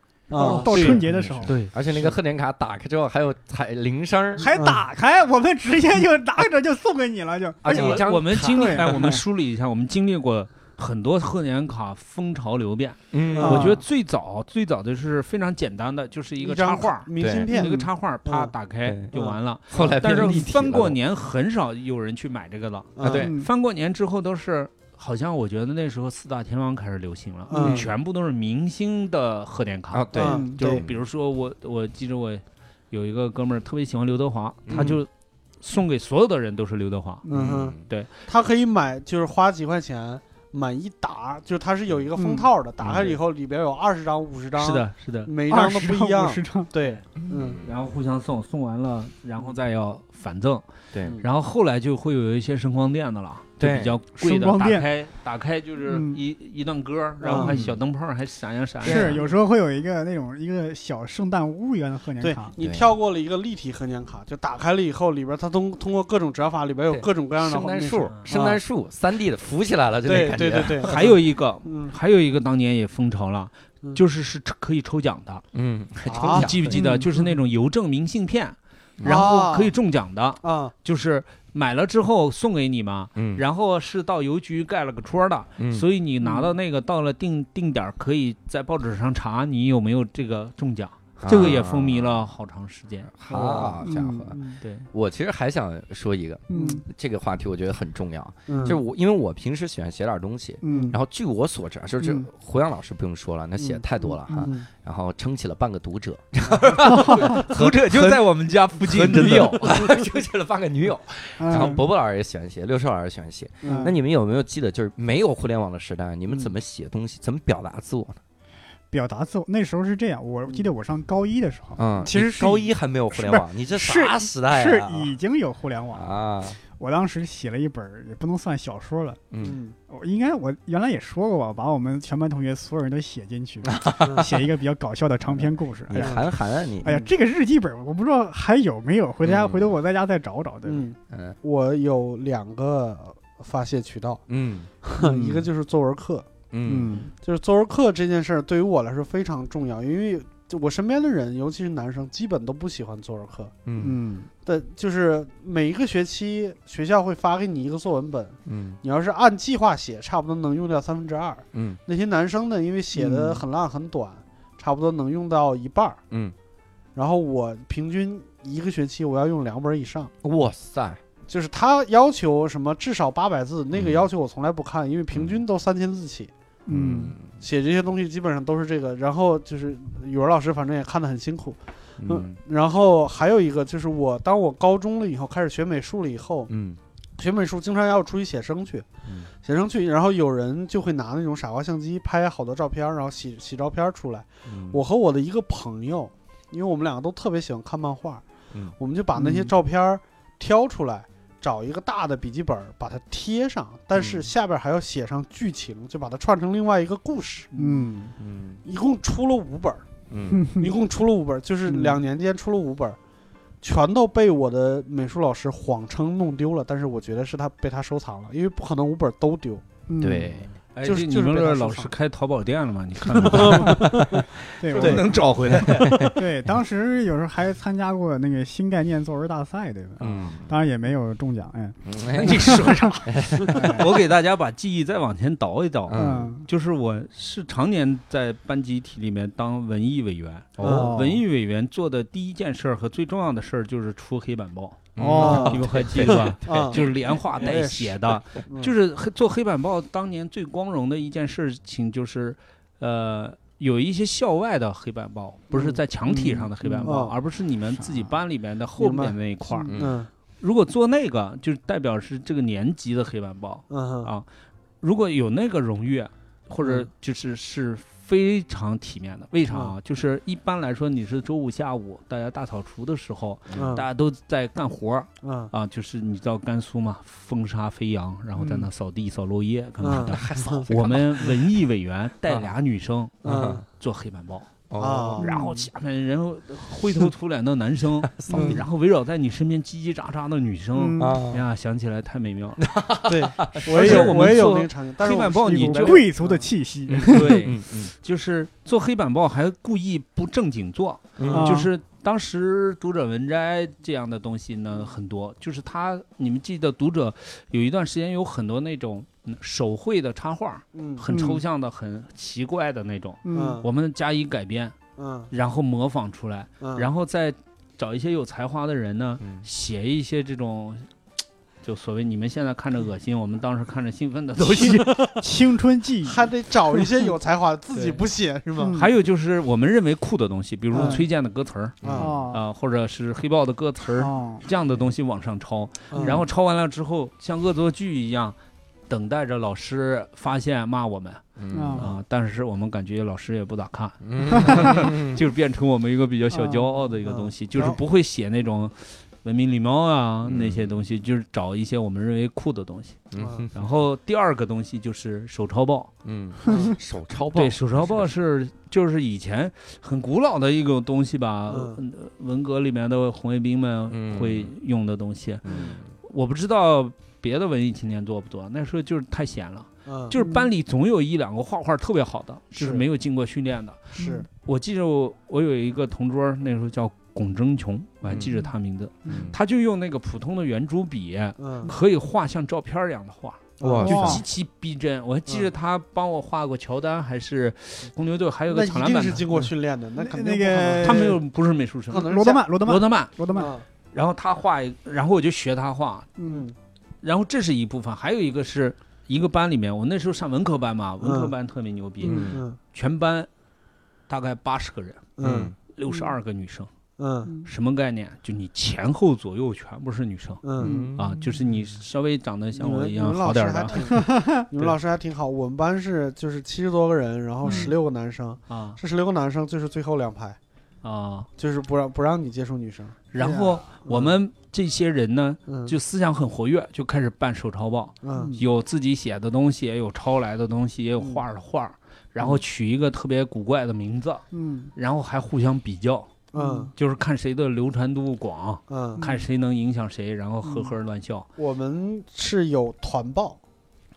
啊，哦到是春节的时候是而且那个贺年卡打开之后还有彩铃声儿，还打开，我们直接就拿着就送给你了，就而且一张我们经历，对哎，我们梳理一下，我们经历过很多贺年卡风潮流变。嗯，啊我觉得最早最早的是非常简单的，就是一个插张画，明信片一，个插画，啪嗯打开对就完了。后来变但成是立体翻了过年很少有人去买这个了，啊对嗯翻过年之后都是。好像我觉得那时候四大天王开始流行了，嗯全部都是明星的贺电卡。啊，对，嗯就是对比如说我，我记着我有一个哥们儿特别喜欢刘德华，嗯他就送给所有的人都是刘德华。嗯哼，嗯他可以买，就是花几块钱买一沓，就是它是有一个封套的，打开以后里边有二十张、五十张，是，的，是的。每一二张都十不一样五。十张，对，嗯，然后互相送，送完了，然后再要返赠。对然后后来就会有一些声光电的了，就对比较贵声的，光打电开打开就是嗯一一段歌儿，然后还嗯小灯泡儿还闪啊呀闪呀。是有时候会有一个那种一个小圣诞屋一样的贺年对卡，你对跳过了一个立体贺年卡，就打开了以后，里边它通通过各种折法，里边有对各种各样的圣诞那树种，圣诞树，三 D 的浮起来了，就那对感对对觉， *laughs* 对，还有一个，嗯还有一个当年也风潮了嗯，就是是可以抽奖的，嗯， *laughs* 还抽啊奖你记不记嗯得？就是那种邮政明信片，嗯然后可以中奖哦的，啊，就是买了之后送给你嘛。嗯，然后是到邮局盖了个戳的，嗯所以你拿到那个到了定定点儿，可以在报纸上查你有没有这个中奖，啊这个也风靡了 *laughs* 好长时间。好家伙！嗯对，我其实还想说一个嗯这个话题，我觉得很重要，嗯就是我因为我平时喜欢写点东西。嗯，然后据我所知啊，就是嗯胡杨老师不用说了，那写的太多了哈。嗯然后撑起了半个读者，读者就在我们家附近和真女的友 *laughs* 撑起了半个女友。然后嗯伯伯老师也喜欢写，六少老师喜欢写。嗯那你们有没有记得，就是没有互联网的时代，你们怎么写东西，怎么表达自我呢？表达自我那时候是这样，我记得我上高一的时 *laughs* 候，嗯，其实你是高以一还没有互联网，你这啥时代是呀？已经有互联网了，啊，我当时写了一本儿也不能算小说了。嗯，嗯我应该我原来也说过吧，把我们全班同学所有人都写进去， *laughs* 写一个比较搞笑的长篇故事。哎你呀，韩寒啊你，哎呀，这个日记本我不知道还有没有，回家嗯回头我在家再找找，对吧？嗯，嗯我有两个发泄 *laughs* 渠道，嗯一个就是作文课，嗯嗯就是作文课这件事儿对于我来说非常重要，因为就我身边的人，尤其是男生，基本都不喜欢作文课。嗯嗯但就是每一个学期，学校会发给你一个作文本，嗯你要是按计划写，差不多能用掉三分之二。嗯那些男生呢，因为写的嗯很烂很短，差不多能用到一半儿。嗯，然后我平均一个学期我要用两本以上，嗯哇塞，就是他要求什么至少八百字，那个嗯要求我从来不看，因为平均都三千字起。嗯，写这些东西基本上都是这个，然后就是语文老师反正也看得很辛苦，嗯然后还有一个就是我当我高中了以后开始学美术了以后，嗯学美术经常要出去写生去，嗯写生去，然后有人就会拿那种傻瓜相机拍好多照片，然后洗洗照片出来。嗯，我和我的一个朋友，因为我们两个都特别喜欢看漫画，嗯我们就把那些嗯照片挑出来。找一个大的笔记本把它贴上，但是嗯下边还要写上剧情，就把它串成另外一个故事。嗯嗯一共出了五本儿，嗯一共出了五本儿，就是嗯两年间出了五本儿，全都被我的美术老师谎称弄丢了。但是我觉得是他被他收藏了，因为不可能五本儿都丢。嗯对，哎，就是这你就是们被他这收老藏师开淘宝店了吗？你看看 *laughs* *laughs* 对对我能找回来。对，当时有时候还参加过那个新概念作文大赛，对吧？嗯，当然也没有中奖，哎， *laughs* 哎你说啥？我给大家把记忆再往前倒一倒，嗯嗯就是我是常年在班集体里面当文艺委员。哦文艺委员做的第一件事儿和最重要的事儿就是出黑板报，嗯哦你们还记得吧？啊，就是连话带写啊的，嗯就是黑做黑板报当年最光荣的一件事情就是，呃，有一些校外的黑板报，不是在墙体上的黑板嗯报，嗯嗯啊而不是你们自己班里面的后面那一块儿。明白嗯如果做那个，就代表是这个年级的黑板报。嗯啊，如果有那个荣誉，或者嗯就是是非常体面的。为啥啊？就是一般来说，你是周五下午大家大扫除的时候，大嗯家都在干活儿嗯啊，就是你知道甘肃嘛，风沙飞扬，然后在那扫地、扫落叶干嘛的。还扫我们文艺委员带俩女生嗯啊做黑板报，哦，然后下面人灰头土脸的男生，嗯然后围绕在你身边叽叽喳喳的女生，嗯哎啊，呀，想起来太美妙了。对，我而也且有我们也有做那个场景，但是黑我板报是你一这股个贵族的气息，对，嗯嗯就是做黑板报还故意不正经做，嗯啊就是当时读者文摘这样的东西呢很多，就是他你们记得读者有一段时间有很多那种嗯手绘的插画，嗯很抽象的、很奇怪的那种，嗯我们加以改编，嗯然后模仿出来，嗯，然后后再找一些有才华的人呢嗯写一些这种。就所谓你们现在看着恶心，我们当时看着兴奋的都 *laughs* 行。青春记忆，还得找一些有才 *laughs* 华，自己对不写是吗？嗯还有就是我们认为酷的东西，比如说嗯崔健的歌词儿啊，啊、哦或者是黑豹的歌词儿哦，这样的东西往上抄，嗯然后抄完了之后像恶作剧一样，等待着老师发现骂我们啊、嗯啊但是我们感觉老师也不咋看，嗯， *laughs* 就是变成我们一个比较小骄傲的一个东西，就是不会写那种文明礼貌啊、嗯那些东西，就是找一些我们认为酷的东西。嗯然后第二个东西就是手抄报， *laughs* 嗯，嗯手抄报对，手抄报是就是以前很古老的一个东西吧，嗯呃文革里面的红卫兵嗯们会用的东西。嗯我不知道别的文艺青年做不做，那时候就是太闲了， *laughs* 嗯就是班里总有一两个画画特别好的，就是是没有经过训练的。是我记着我我有一个同桌，那时候叫龚争琼，我还记着他名字，嗯他就用那个普通的圆珠笔，嗯可以画像照片一样的画。哇就哦哇极其逼真。我还记嗯着他帮我画过乔丹，还是公牛队，还有那个一抢篮定板是经过的。训练的，那肯定那不可能个他没有不是美术不可生，能是罗德加曼，罗德罗曼，德曼。罗德曼，嗯然后他画一，然后我就学他画。嗯嗯然后这是一部分，还有一个是一个班里面，我那时候上文科班嘛，文科班特别牛逼，嗯嗯全班大概八十个人，嗯六十二个女生，嗯什么概念？就你前后左右全部是女生。嗯，啊，就是你稍微长得像你我们一你们样老好师点儿还的挺， *laughs* 你们对老师还挺好。我们班是就是七十多个人，然后嗯十六个男生，啊这十六个男生就是最后两排，啊，就是不让不让你接触女生。然后我们这些人呢，嗯就思想很活跃，就开始办手抄报，嗯有自己写的东西，也有抄来的东西，也有画的画儿，嗯然后取一个特别古怪的名字，嗯然后还互相比较，嗯就是看谁的流传度广，嗯，看谁能影响谁，然后呵呵乱笑我们是有团报，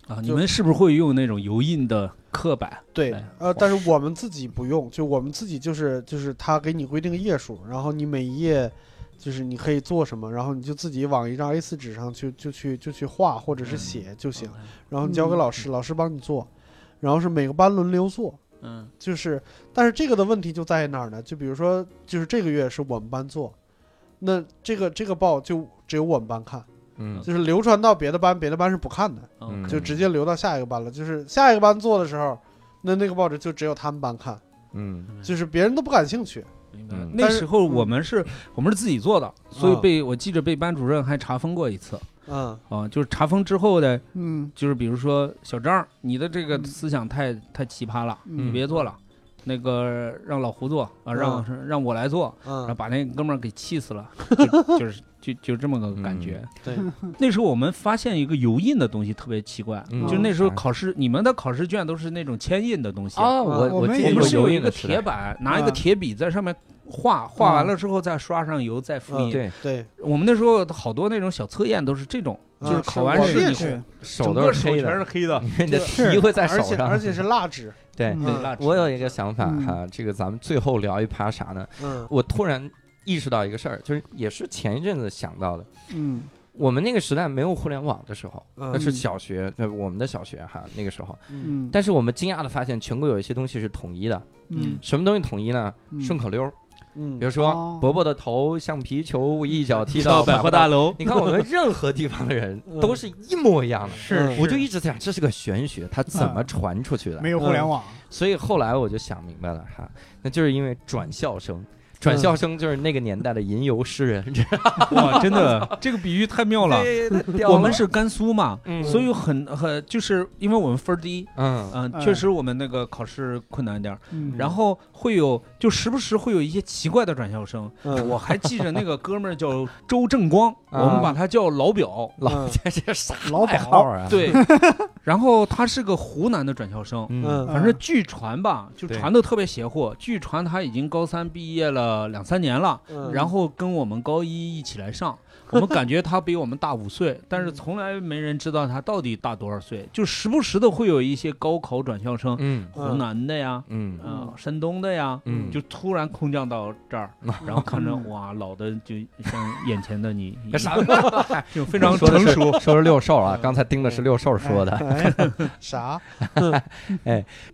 啊！你们是不是会用那种油印的刻板？对哎，呃，但是我们自己不用，就我们自己就是就是他给你规定页数，然后你每一页就是你可以做什么，然后你就自己往一张 A4 纸上去就去就去画或者是写就行，嗯然后你交给老师，老师帮你做，然后是每个班轮流做。嗯就是，但是这个的问题就在于哪儿呢？就比如说，就是这个月是我们班做，那这个这个报就只有我们班看，嗯就是流传到别的班，别的班是不看的。嗯嗯就直接留到下一个班了。就是下一个班做的时候，那那个报纸就只有他们班看，嗯就是别人都不感兴趣。明白嗯那时候我们是，我们是自己做的，所以被我记着被班主任还查封过一次嗯啊。就是查封之后呢，嗯就是比如说小张，你的这个嗯思想太太奇葩了，你嗯别做了。那个让老胡做啊，让嗯让我来做，然后嗯，把那哥们儿给气死了，就就是 *laughs* 就就这么个感觉。对， *laughs* 那时候我们发现一个油印的东西特别奇怪，嗯就那时候考试，你们的考试卷都是那种铅印的东西，啊，我我们记我得们是有有印一的个时铁代，嗯板，拿一个嗯铁笔在上面画，画完了之后再刷上油再复嗯 *laughs* 印。对对，我们那时候好多那种小测验都是这种，嗯就是考完我试们也你是手整都个是手黑全是的，黑的，你的皮会在而手且上。而且是蜡纸。对，嗯对蜡纸我有一个想法嗯哈，这个咱们最后聊一趴啥呢？嗯我突然意识到一个事儿，就是也是前一阵子想到的。嗯我们那个时代没有互联网的时候，那嗯是小学，那我们的小学哈，那个时候。嗯嗯，但是我们惊讶的发现，全国有一些东西是统一的。嗯什么东西统一呢？嗯顺口溜儿，比嗯如说哦伯伯的头像皮球一脚踢到到百货货大楼。楼。 *laughs* 你看我们任何地方的人嗯都是一模一样的。是嗯我就一直在想，这是个玄学，它怎么嗯传出去的？没有互联网，所以后来我就想明白了哈，那就是因为转校生，转校生就是那个年代的吟游诗人，知道哇，真的，这个比喻太妙了。 *laughs* 了我们是甘肃嘛，嗯所以很很就是因为我们分儿低，嗯嗯、哎确实我们那个考试困难点儿，嗯然后会有就时不时会有一些奇怪的转校生。嗯，我还记着那个哥们儿叫周正光， *laughs* 啊我们把他叫老 *laughs* 表。老嗯 *laughs* 这是啥老爱好鸨，啊？， *laughs* 对，然后他是个湖南的转校生，嗯嗯反正据传吧，就对传的特别邪乎。据传他已经高三毕业了两三年了，嗯然后跟我们高一一起 *laughs* 来上。我们感觉他比我们大五岁，但是从来没人知道他到底大多少岁。就时不时的会有一些高考转校生，嗯湖南的呀，嗯嗯啊，山东的呀，嗯就突然空降到这 *laughs* 儿，然后看着哇，老的就像眼前 *laughs* 的你，干啥？就 *laughs* 非常说的成是熟。说是六兽嗯哎啊，刚才盯的是六兽哎说的。哎啥？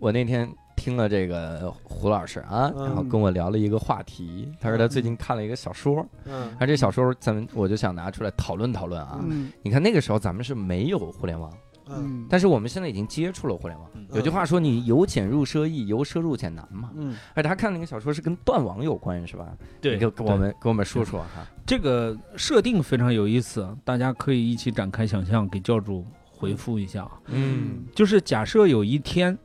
我那天听了这个胡老师啊，嗯然后跟我聊了一个话题，他说他最近看了一个小说，嗯而这小说咱们我就想拿出来讨论讨论啊。嗯你看那个时候咱们是没有互联网，嗯但是我们现在已经接触了互联嗯网。有句话说你由浅入奢易，由奢入俭难嘛。嗯而他看那个小说是跟断网有关是吧？对，你给给我对们给我们说说哈。这个设定非常有意思，大家可以一起展开想象，给教主回复一下啊。嗯就是假设有一天，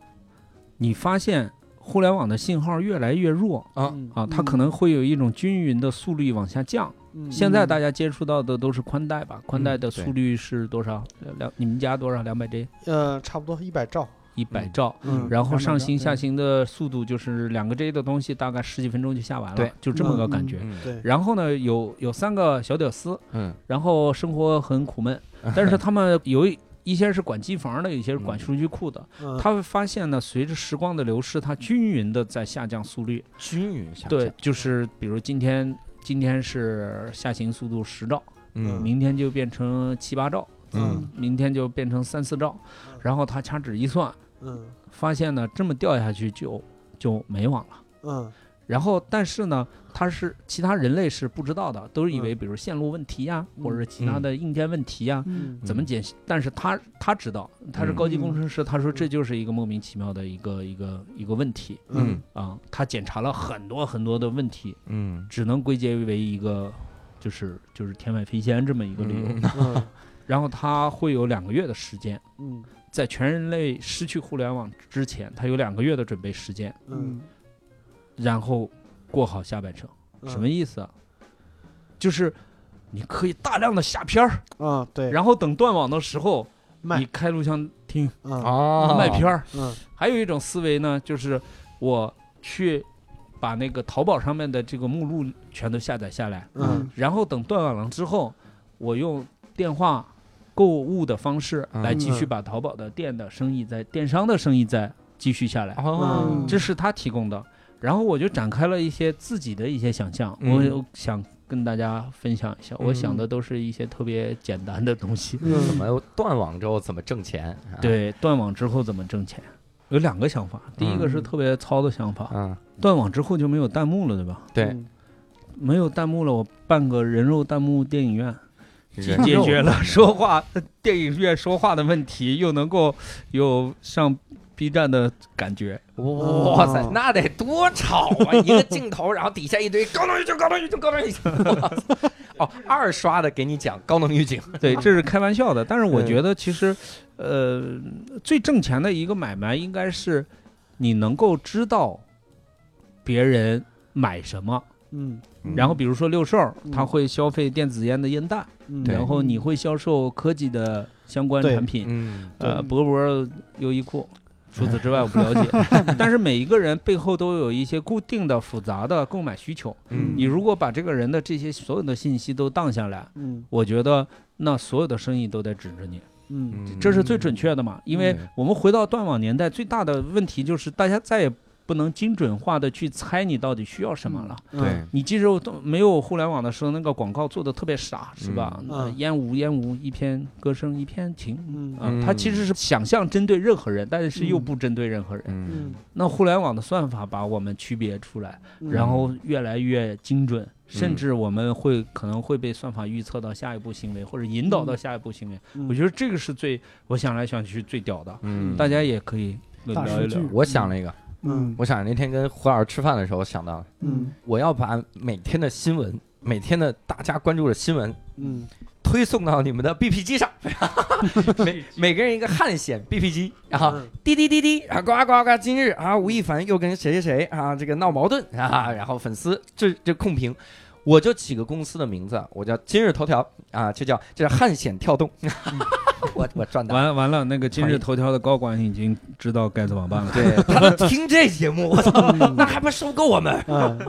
你发现互联网的信号越来越弱啊啊，它嗯可能会有一种均匀的速率往下降。嗯现在大家接触到的都是宽带吧？宽带的嗯对速率是多少？两你们家多少？两百 G，呃差不多一百兆，一百兆。嗯然后200上行兆下行的速度就是两个 G 的东西，大概十几分钟就下完了，对就这么个嗯感嗯觉。嗯对，然后呢，有有三个小屌丝，嗯然后生活很 *laughs* 苦闷，但是他们有一一些是管机房的，有一些是管嗯数据库的。嗯他会发现呢，随着时光的流逝，它均匀的在下降速率。均匀下降对，就是比如今天今天是下行速度十兆，嗯明天就变成七八兆，嗯明天就变成三四兆，然后他掐指一算，嗯发现呢这么掉下去就就没网了。嗯然后，但是呢，它是其他人类是不知道的，都以为嗯比如线路问题呀，嗯或者其他的硬件问题呀，嗯怎么解析？但是他他知道，他是嗯高级工程师，他说这就是一个莫名其妙的一个一个一个问题嗯啊、他检查了很多很多的问题，嗯只能归结为一个就是就是天外飞仙这么一个理由。嗯嗯然后他会有两个月的时间，嗯在全人类失去互联网之前，他有两个月的准备时间，嗯，然后过好下半生。嗯什么意思啊？就是你可以大量的下片儿，啊对，然后等断网的时候，卖你开录像厅啊啊卖片儿儿。嗯还有一种思维呢，就是我去把那个淘宝上面的这个目录全都下载下来，嗯然后等断网了之后，我用电话购物的方式来继续嗯把淘宝的店的生意在电商的生意再继续下来，哦嗯这是他提供的。然后我就展开了一些自己的一些想象，嗯我有想跟大家分享一下，我嗯想的都是一些特别简单的东西。怎嗯么断网之后怎么挣钱？啊，对，断网之后怎么挣钱？有两个想法，第一个是嗯特别糙的想法，嗯，断网之后就没有弹幕了，对吧？对，嗯没有弹幕了，我办个人肉弹幕电影院，既人解肉 *laughs* 决了说话电影院说话的问题，又能够有上 B 站的感觉。哇塞哦，那得多吵啊！一个镜头，然后底下一堆高能预警、高能预警、高能预警。哇塞 *laughs* 哦，二刷的给你讲高能预警。对，*laughs* 啊这是开玩笑的，但是我嗯觉得其实，呃，最挣钱的一个买卖应该是你能够知道别人买什么。嗯然后比如说六兽儿，他嗯会消费电子烟的烟弹，嗯对然后你会销售科技的相关对产品，嗯呃，对博博、优衣库。除此之外，我不 *laughs* 了解。但是每一个人背后都有一些固定的、复杂的购买需求。嗯你如果把这个人的这些所有的信息都荡下来，嗯我觉得那所有的生意都在指着你，嗯这是最准确的嘛？因为嗯我们回到断网年代，最大的问题就是大家再也不能精准化的去猜你到底需要什么了。嗯嗯对，你记住，都没有互联网的时候，那个广告做的特别傻，是吧嗯？那嗯烟雾烟雾，一片歌声一片情嗯啊，它其实是想象针对任何人，但是又嗯不针对任何人。嗯嗯，那互联网的算法把我们区别出来，嗯然后越来越精准，甚至我们会可能会被算法预测到下一步行为，或者引导到下一步行为。嗯我觉得这个是最我想来想去最屌的，嗯大家也可以聊大一数聊据。，我想了一个，嗯我想那天跟胡老师吃饭的时候想到，嗯我要把每天的新闻，每天的大家关注的新闻。嗯推送到你们的 BP 机上， *laughs* 每每个人一个汗显 BP 机，然后嗯滴滴滴滴啊，呱呱呱！今日啊，吴亦凡又跟谁谁谁啊，这个闹矛盾啊，然后粉丝这这控评，我就起个公司的名字，我叫今日头条啊，就叫这叫汉显跳动，嗯 *laughs* 我我赚到。完完了，那个今创日业头条的高管已经知道该怎么办了。 *laughs* 对，他们听这节目，我操，那还不收购我们？嗯，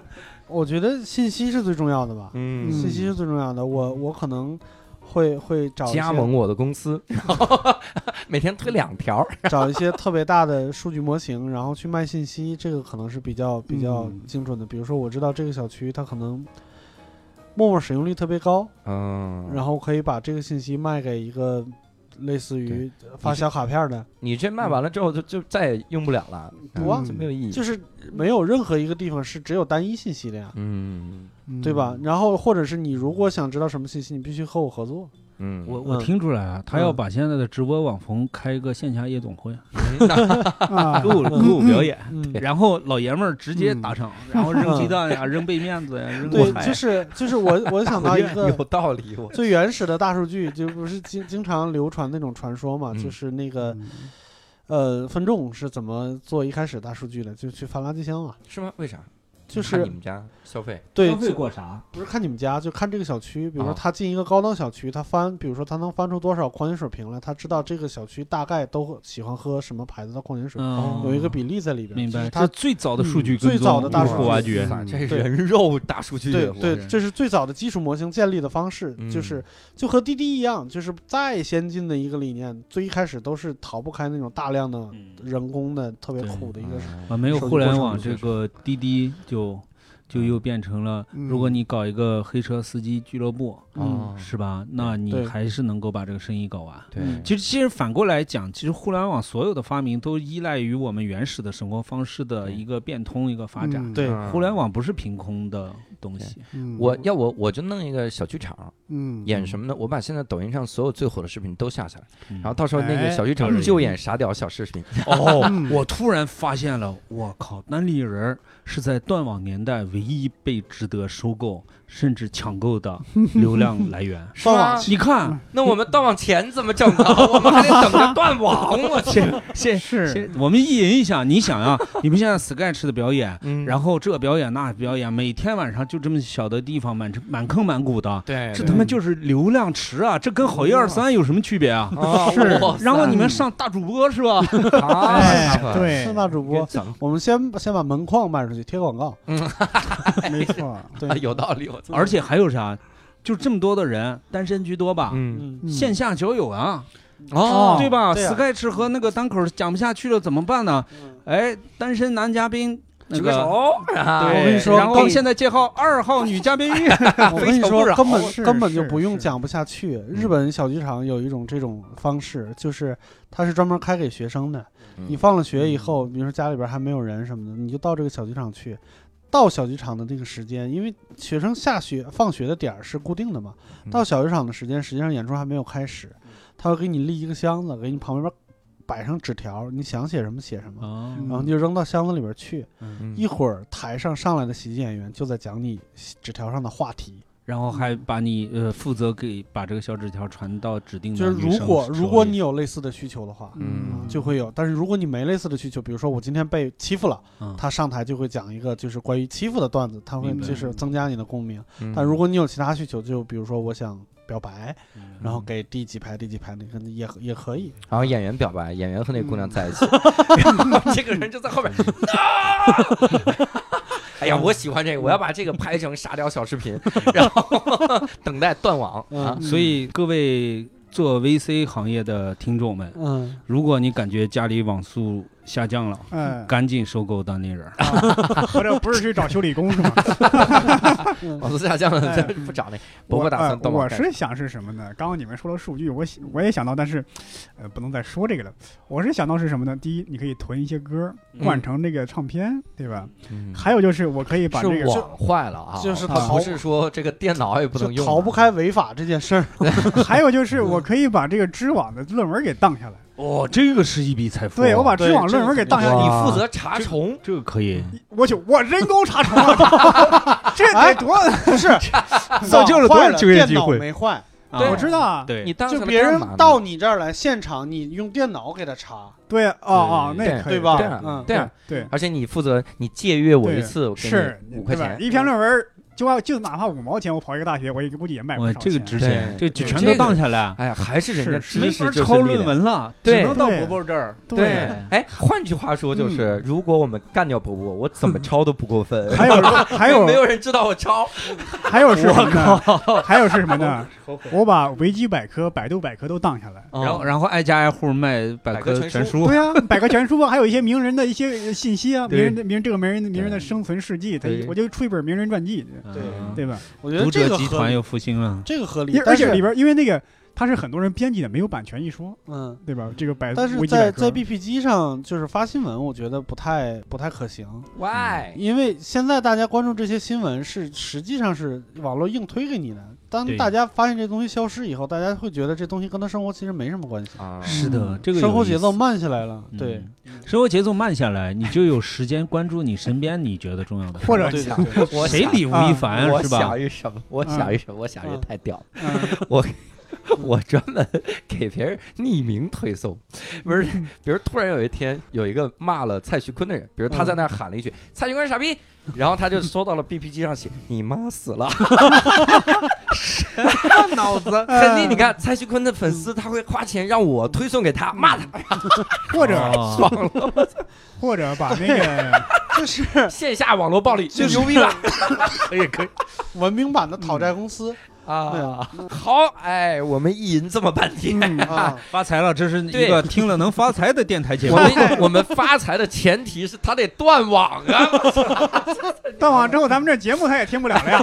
我觉得信息是最重要的吧，嗯信息是最重要的。我我可能会会找一些加盟我的公司，然后每天推两条， *laughs* 找一些特别大的数据模型，然后去卖信息，这个可能是比较比较嗯精准的。比如说，我知道这个小区它可能陌陌使用率特别高，嗯然后可以把这个信息卖给一个类似于发小卡片的，你这卖完了之后就就再也用不了了，不啊就没有意义。就是没有任何一个地方是只有单一信息的呀，嗯对吧？？然后或者是你如果想知道什么信息，你必须和我合作。嗯，我我嗯听出来啊，他要把现在的直播网红开一个线下夜总会，嗯啊，歌舞歌舞表演，嗯，然后老爷们儿直接打赏，然后扔鸡蛋呀，扔被面子呀，扔对锅，菜就呀。是就是我我想到一个有道理，我最原始的大数据，就不是经经常流传那种传说嘛，嗯就是那个呃分众是怎么做一开始大数据的，就去翻垃圾箱啊，是吗？为啥？就看是你们家消费，对消，费过啥？不是看你们家，就看这个小区。比如说啊他进一个高档小区，他翻，比如说他能翻出多少矿泉水瓶来，他知道这个小区大概都喜欢喝什么牌子的矿泉水，嗯，有一个比例在里边。明就是白，他嗯这最早的数据跟踪，最早的大数户据挖掘，哇这对人肉大数据，对我对，这是最早的基础模型建立的方式，就嗯是就和滴滴一样，就是再先进的一个理念，最一开始都是逃不开那种大量的嗯人工的特别对苦的一个事。啊，嗯没有手机互联过程网，就这是个滴滴就就又变成了，如果你搞一个黑车司机俱乐部，嗯哦是吧？那你对还是能够把这个生意搞完。对，嗯其实，其实反过来讲，其实互联网所有的发明都依赖于我们原始的生活方式的对一个变通、一个发展。对嗯互联网不是凭空的东西，我要我我就弄一个小剧场，嗯演什么呢？我把现在抖音上所有最火的视频都下下来，嗯然后到时候那个哎小剧可场以就演傻屌小视频。哦嗯我突然发现了，我靠，单立人儿是在断网年代唯一被值得收购甚至抢 *laughs* 购的流量来源。是断吗网你看，那我们断网前怎么整啊？我们还得等着断网，我去。现嗯是我们意淫一下，你想啊， *laughs* 你们现在 Sketch 的表演，嗯然后这表演那表演，每天晚上就这么小的地方，满满坑满谷的，对这对他妈就是流量池啊！这跟好一二三有什么区别啊？哦是哇塞然后你们上大主播是吧？ *laughs* 啊 *laughs* 哎，对，对盛，大主播，讲我们先先把门框卖出去，贴广告。没错， *laughs* 啊有道理，我操。而且还有啥？就这么多的人，单身居多吧？嗯嗯，嗯线下交友啊，哦对吧对啊？Sketch 和那个单口讲不下去了怎么办呢？哎，单身男嘉宾那举个个。手，对我跟你说然后刚嗯现在介绍二号女嘉宾， *laughs* *laughs* 我跟非你诚勿说，扰根本是根本就是不用是嗯讲不下去。日本小剧场有一种这种方式，就是它是专门开给学生的。嗯你放了嗯学以后，比如说家里边还没有人什么的，你就到这个小剧场去。到小剧场的那个时间，因为学生下学放学的点儿是固定的嘛，嗯到小剧场的时间，实际上演出还没有开始，他会给你立一个箱子，给你旁边摆上纸条，你想写什么写什么，哦然后你就扔到箱子里边去。嗯一会儿台上上来的喜剧演员就在讲你纸条上的话题，然后还把你呃负责给把这个小纸条传到指定的就是女如生果手如果里你有类似的需求的话，嗯就会有；但是如果你没类似的需求，比如说我今天被欺负了，嗯他上台就会讲一个就是关于欺负的段子，他会明白就是增加你的共鸣。嗯但如果你有其他需求，就比如说我想表白，嗯然后给第几排第几排那个也也可以。然后演员表白，演员和那姑娘在一起，然后这个人就在后面。No！哎呀，我喜欢这个，我要把这个拍成沙雕小视频，然后 *laughs* 等待断网啊！所以各位做 VC 行业的听众们，嗯，如果你感觉家里网速下降了，哎，赶紧收购当地人儿。合着不是去找修理工是吗？网速下降了，哎不找那伯我伯打算呃断网我干。是想是什么呢？刚刚你们说了数据，我想我也想到，但是，呃，不能再说这个了。我是想到是什么呢？第一，你可以囤一些歌，灌成那个唱片，对吧？嗯还有就是，我可以把是这个网坏了啊，就是它逃不是说这个电脑也不能就用，啊逃啊不。开违法这件 *laughs* 事儿。还有就是，我可以把这个知网的论文给当下来。哦，这个是一笔财富对，我把对知网论文给当下来，你哇负责查重，这个可以我去，我人工查重了，这得多不是， *laughs* 造就了多少网坏就业电机脑会没坏，对我知道啊，对你当就下别干嘛呢人到你这儿来现场，你用电脑给他查，对，哦哦，那对也可以，对吧对嗯啊，对啊，对，而且你负责，你借阅我一对次，我给是你五块对吧钱，一篇论文，就要就哪怕五毛钱，我跑一个大学，我也估计也卖不哇，上。哎这个值对钱，这对全这都个荡下来，啊哎呀，还是人家是知没识法就是抄力论量文了，对只能到对伯伯这儿。对对。，哎，换句话说就是，如果我们干掉伯伯，我怎么抄都不过分。还 *laughs* 有还因为没有有人知道我抄，还有是什么呢？还有是什么呢？我把维基百科、百度百科都当下来。然后，然后挨家挨户卖百百科科全全书，对啊，百科全书啊，还有一些名人的一些信息啊，对名人的名人这个名人名人的对生存事迹，他对我就出一本名人传记，嗯对对吧？我觉得读这者个集合团理，又复兴了。这个合理因为，而但且是里边因为那个它是很多人编辑的，没有版权一说，嗯，对吧？这个百但维基是百在科在 BP 机上就是发新闻，我觉得不太不太可行， Why？因为现在大家关注这些新闻是实际上是网络硬推给你的。当对大家发现这东西消失以后，大家会觉得这东西跟他生活其实没什么关系，啊，是的，嗯这个有生活节奏意思慢下来了。对，嗯生活节奏慢下来，你就有时间关注你身边你觉得重要的事 *laughs* 儿。或者哦对想对对，我谁想理吴亦凡啊我是吧想？一什么？我想一什么？我想一嗯太屌了！嗯我专门 *laughs* 给别人匿名推送，不是？嗯比如突然有一天有一个骂了蔡徐坤的人，比如他嗯在那儿喊了一句“蔡徐坤是傻逼”，然后他就收到了 B P G 上写“你妈死 *laughs* 了”，脑子 *laughs* 肯嗯定你看蔡徐坤的粉丝他会花钱让我推送给他骂他， *laughs* 或者哦爽了！或者把那个 *laughs* 就是线下网络暴力就牛逼 *laughs* 了，可以可以文明版的讨债公司嗯啊！好，哎，我们意淫这么半天。嗯啊，发财了，这是一对个听了能发财的电台节目我。们我们发财的前提是他得断网 *laughs* 啊！断网之后，咱们这节目他也听不了了 *laughs* 呀。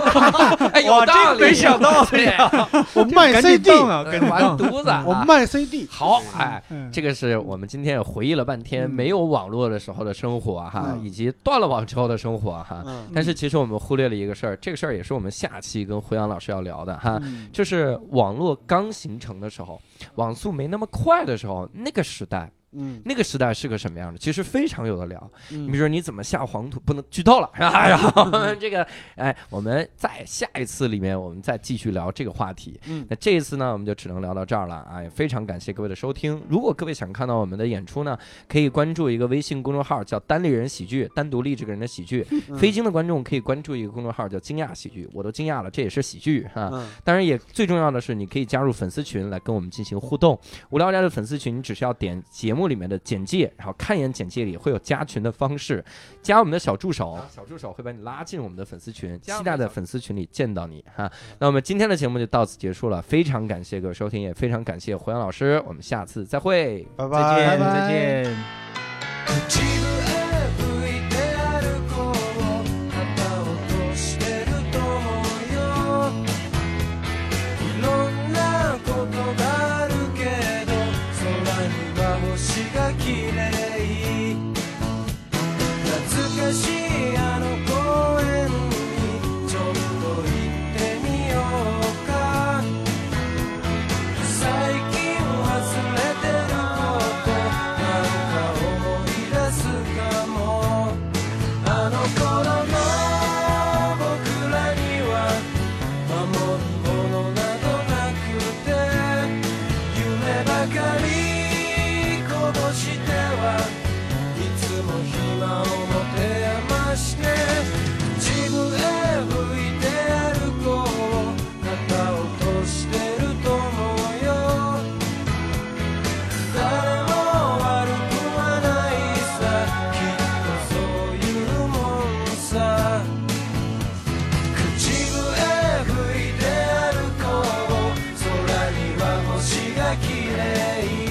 哎，有道理，没想到 *laughs* 对呀，我卖赶紧 CD，当啊，赶紧完当！犊子啊，我卖 CD，好哎。嗯这个是我们今天也回忆了半天嗯没有网络的时候的生活哈，嗯以及断了网之后的生活哈。嗯但是其实我们忽略了一个事儿，这个事儿也是我们下期跟胡杨老师要聊的哈，嗯就是网络刚形成的时候，网速没那么快的时候，那个时代，嗯那个时代是个什么样的？其实非常有的聊。你嗯比如说你怎么下黄土，不能剧透了，是吧？ *laughs* 然后我们这个，哎，我们在下一次里面，我们再继续聊这个话题。嗯那这一次呢，我们就只能聊到这儿了啊！也非常感谢各位的收听。如果各位想看到我们的演出呢，可以关注一个微信公众号，叫“单立人喜剧”，单独立这个人的喜剧。嗯非京的观众可以关注一个公众号，叫“惊讶喜剧”，我都惊讶了，这也是喜剧啊。嗯当然，也最重要的是，你可以加入粉丝群来跟我们进行互动。无聊斋的粉丝群，你只需要点节目里面的简介，然后看一眼简介里会有加群的方式，加我们的小助手，啊小助手会把你拉进我们的粉丝群，期待在粉丝群里见到你哈。那我们今天的节目就到此结束了，非常感谢各位收听，也非常感谢胡杨老师，我们下次再会。拜再拜见，拜拜再见。口笛吹いて歩こう旗を落としてると思うよいろんなことがあるけど空には星が綺麗懐かしいあの公園にちょっと行ってみようか最近忘れてることなんか思い出すかもあの頃の僕らには守るものなどなくて夢ばかり殺してはいつも暇を持て余して自分へ向いて歩こう肩を落としてると思うよ誰も悪くはないさきっとそういうもんさ口笛吹いて歩こう空には星が綺麗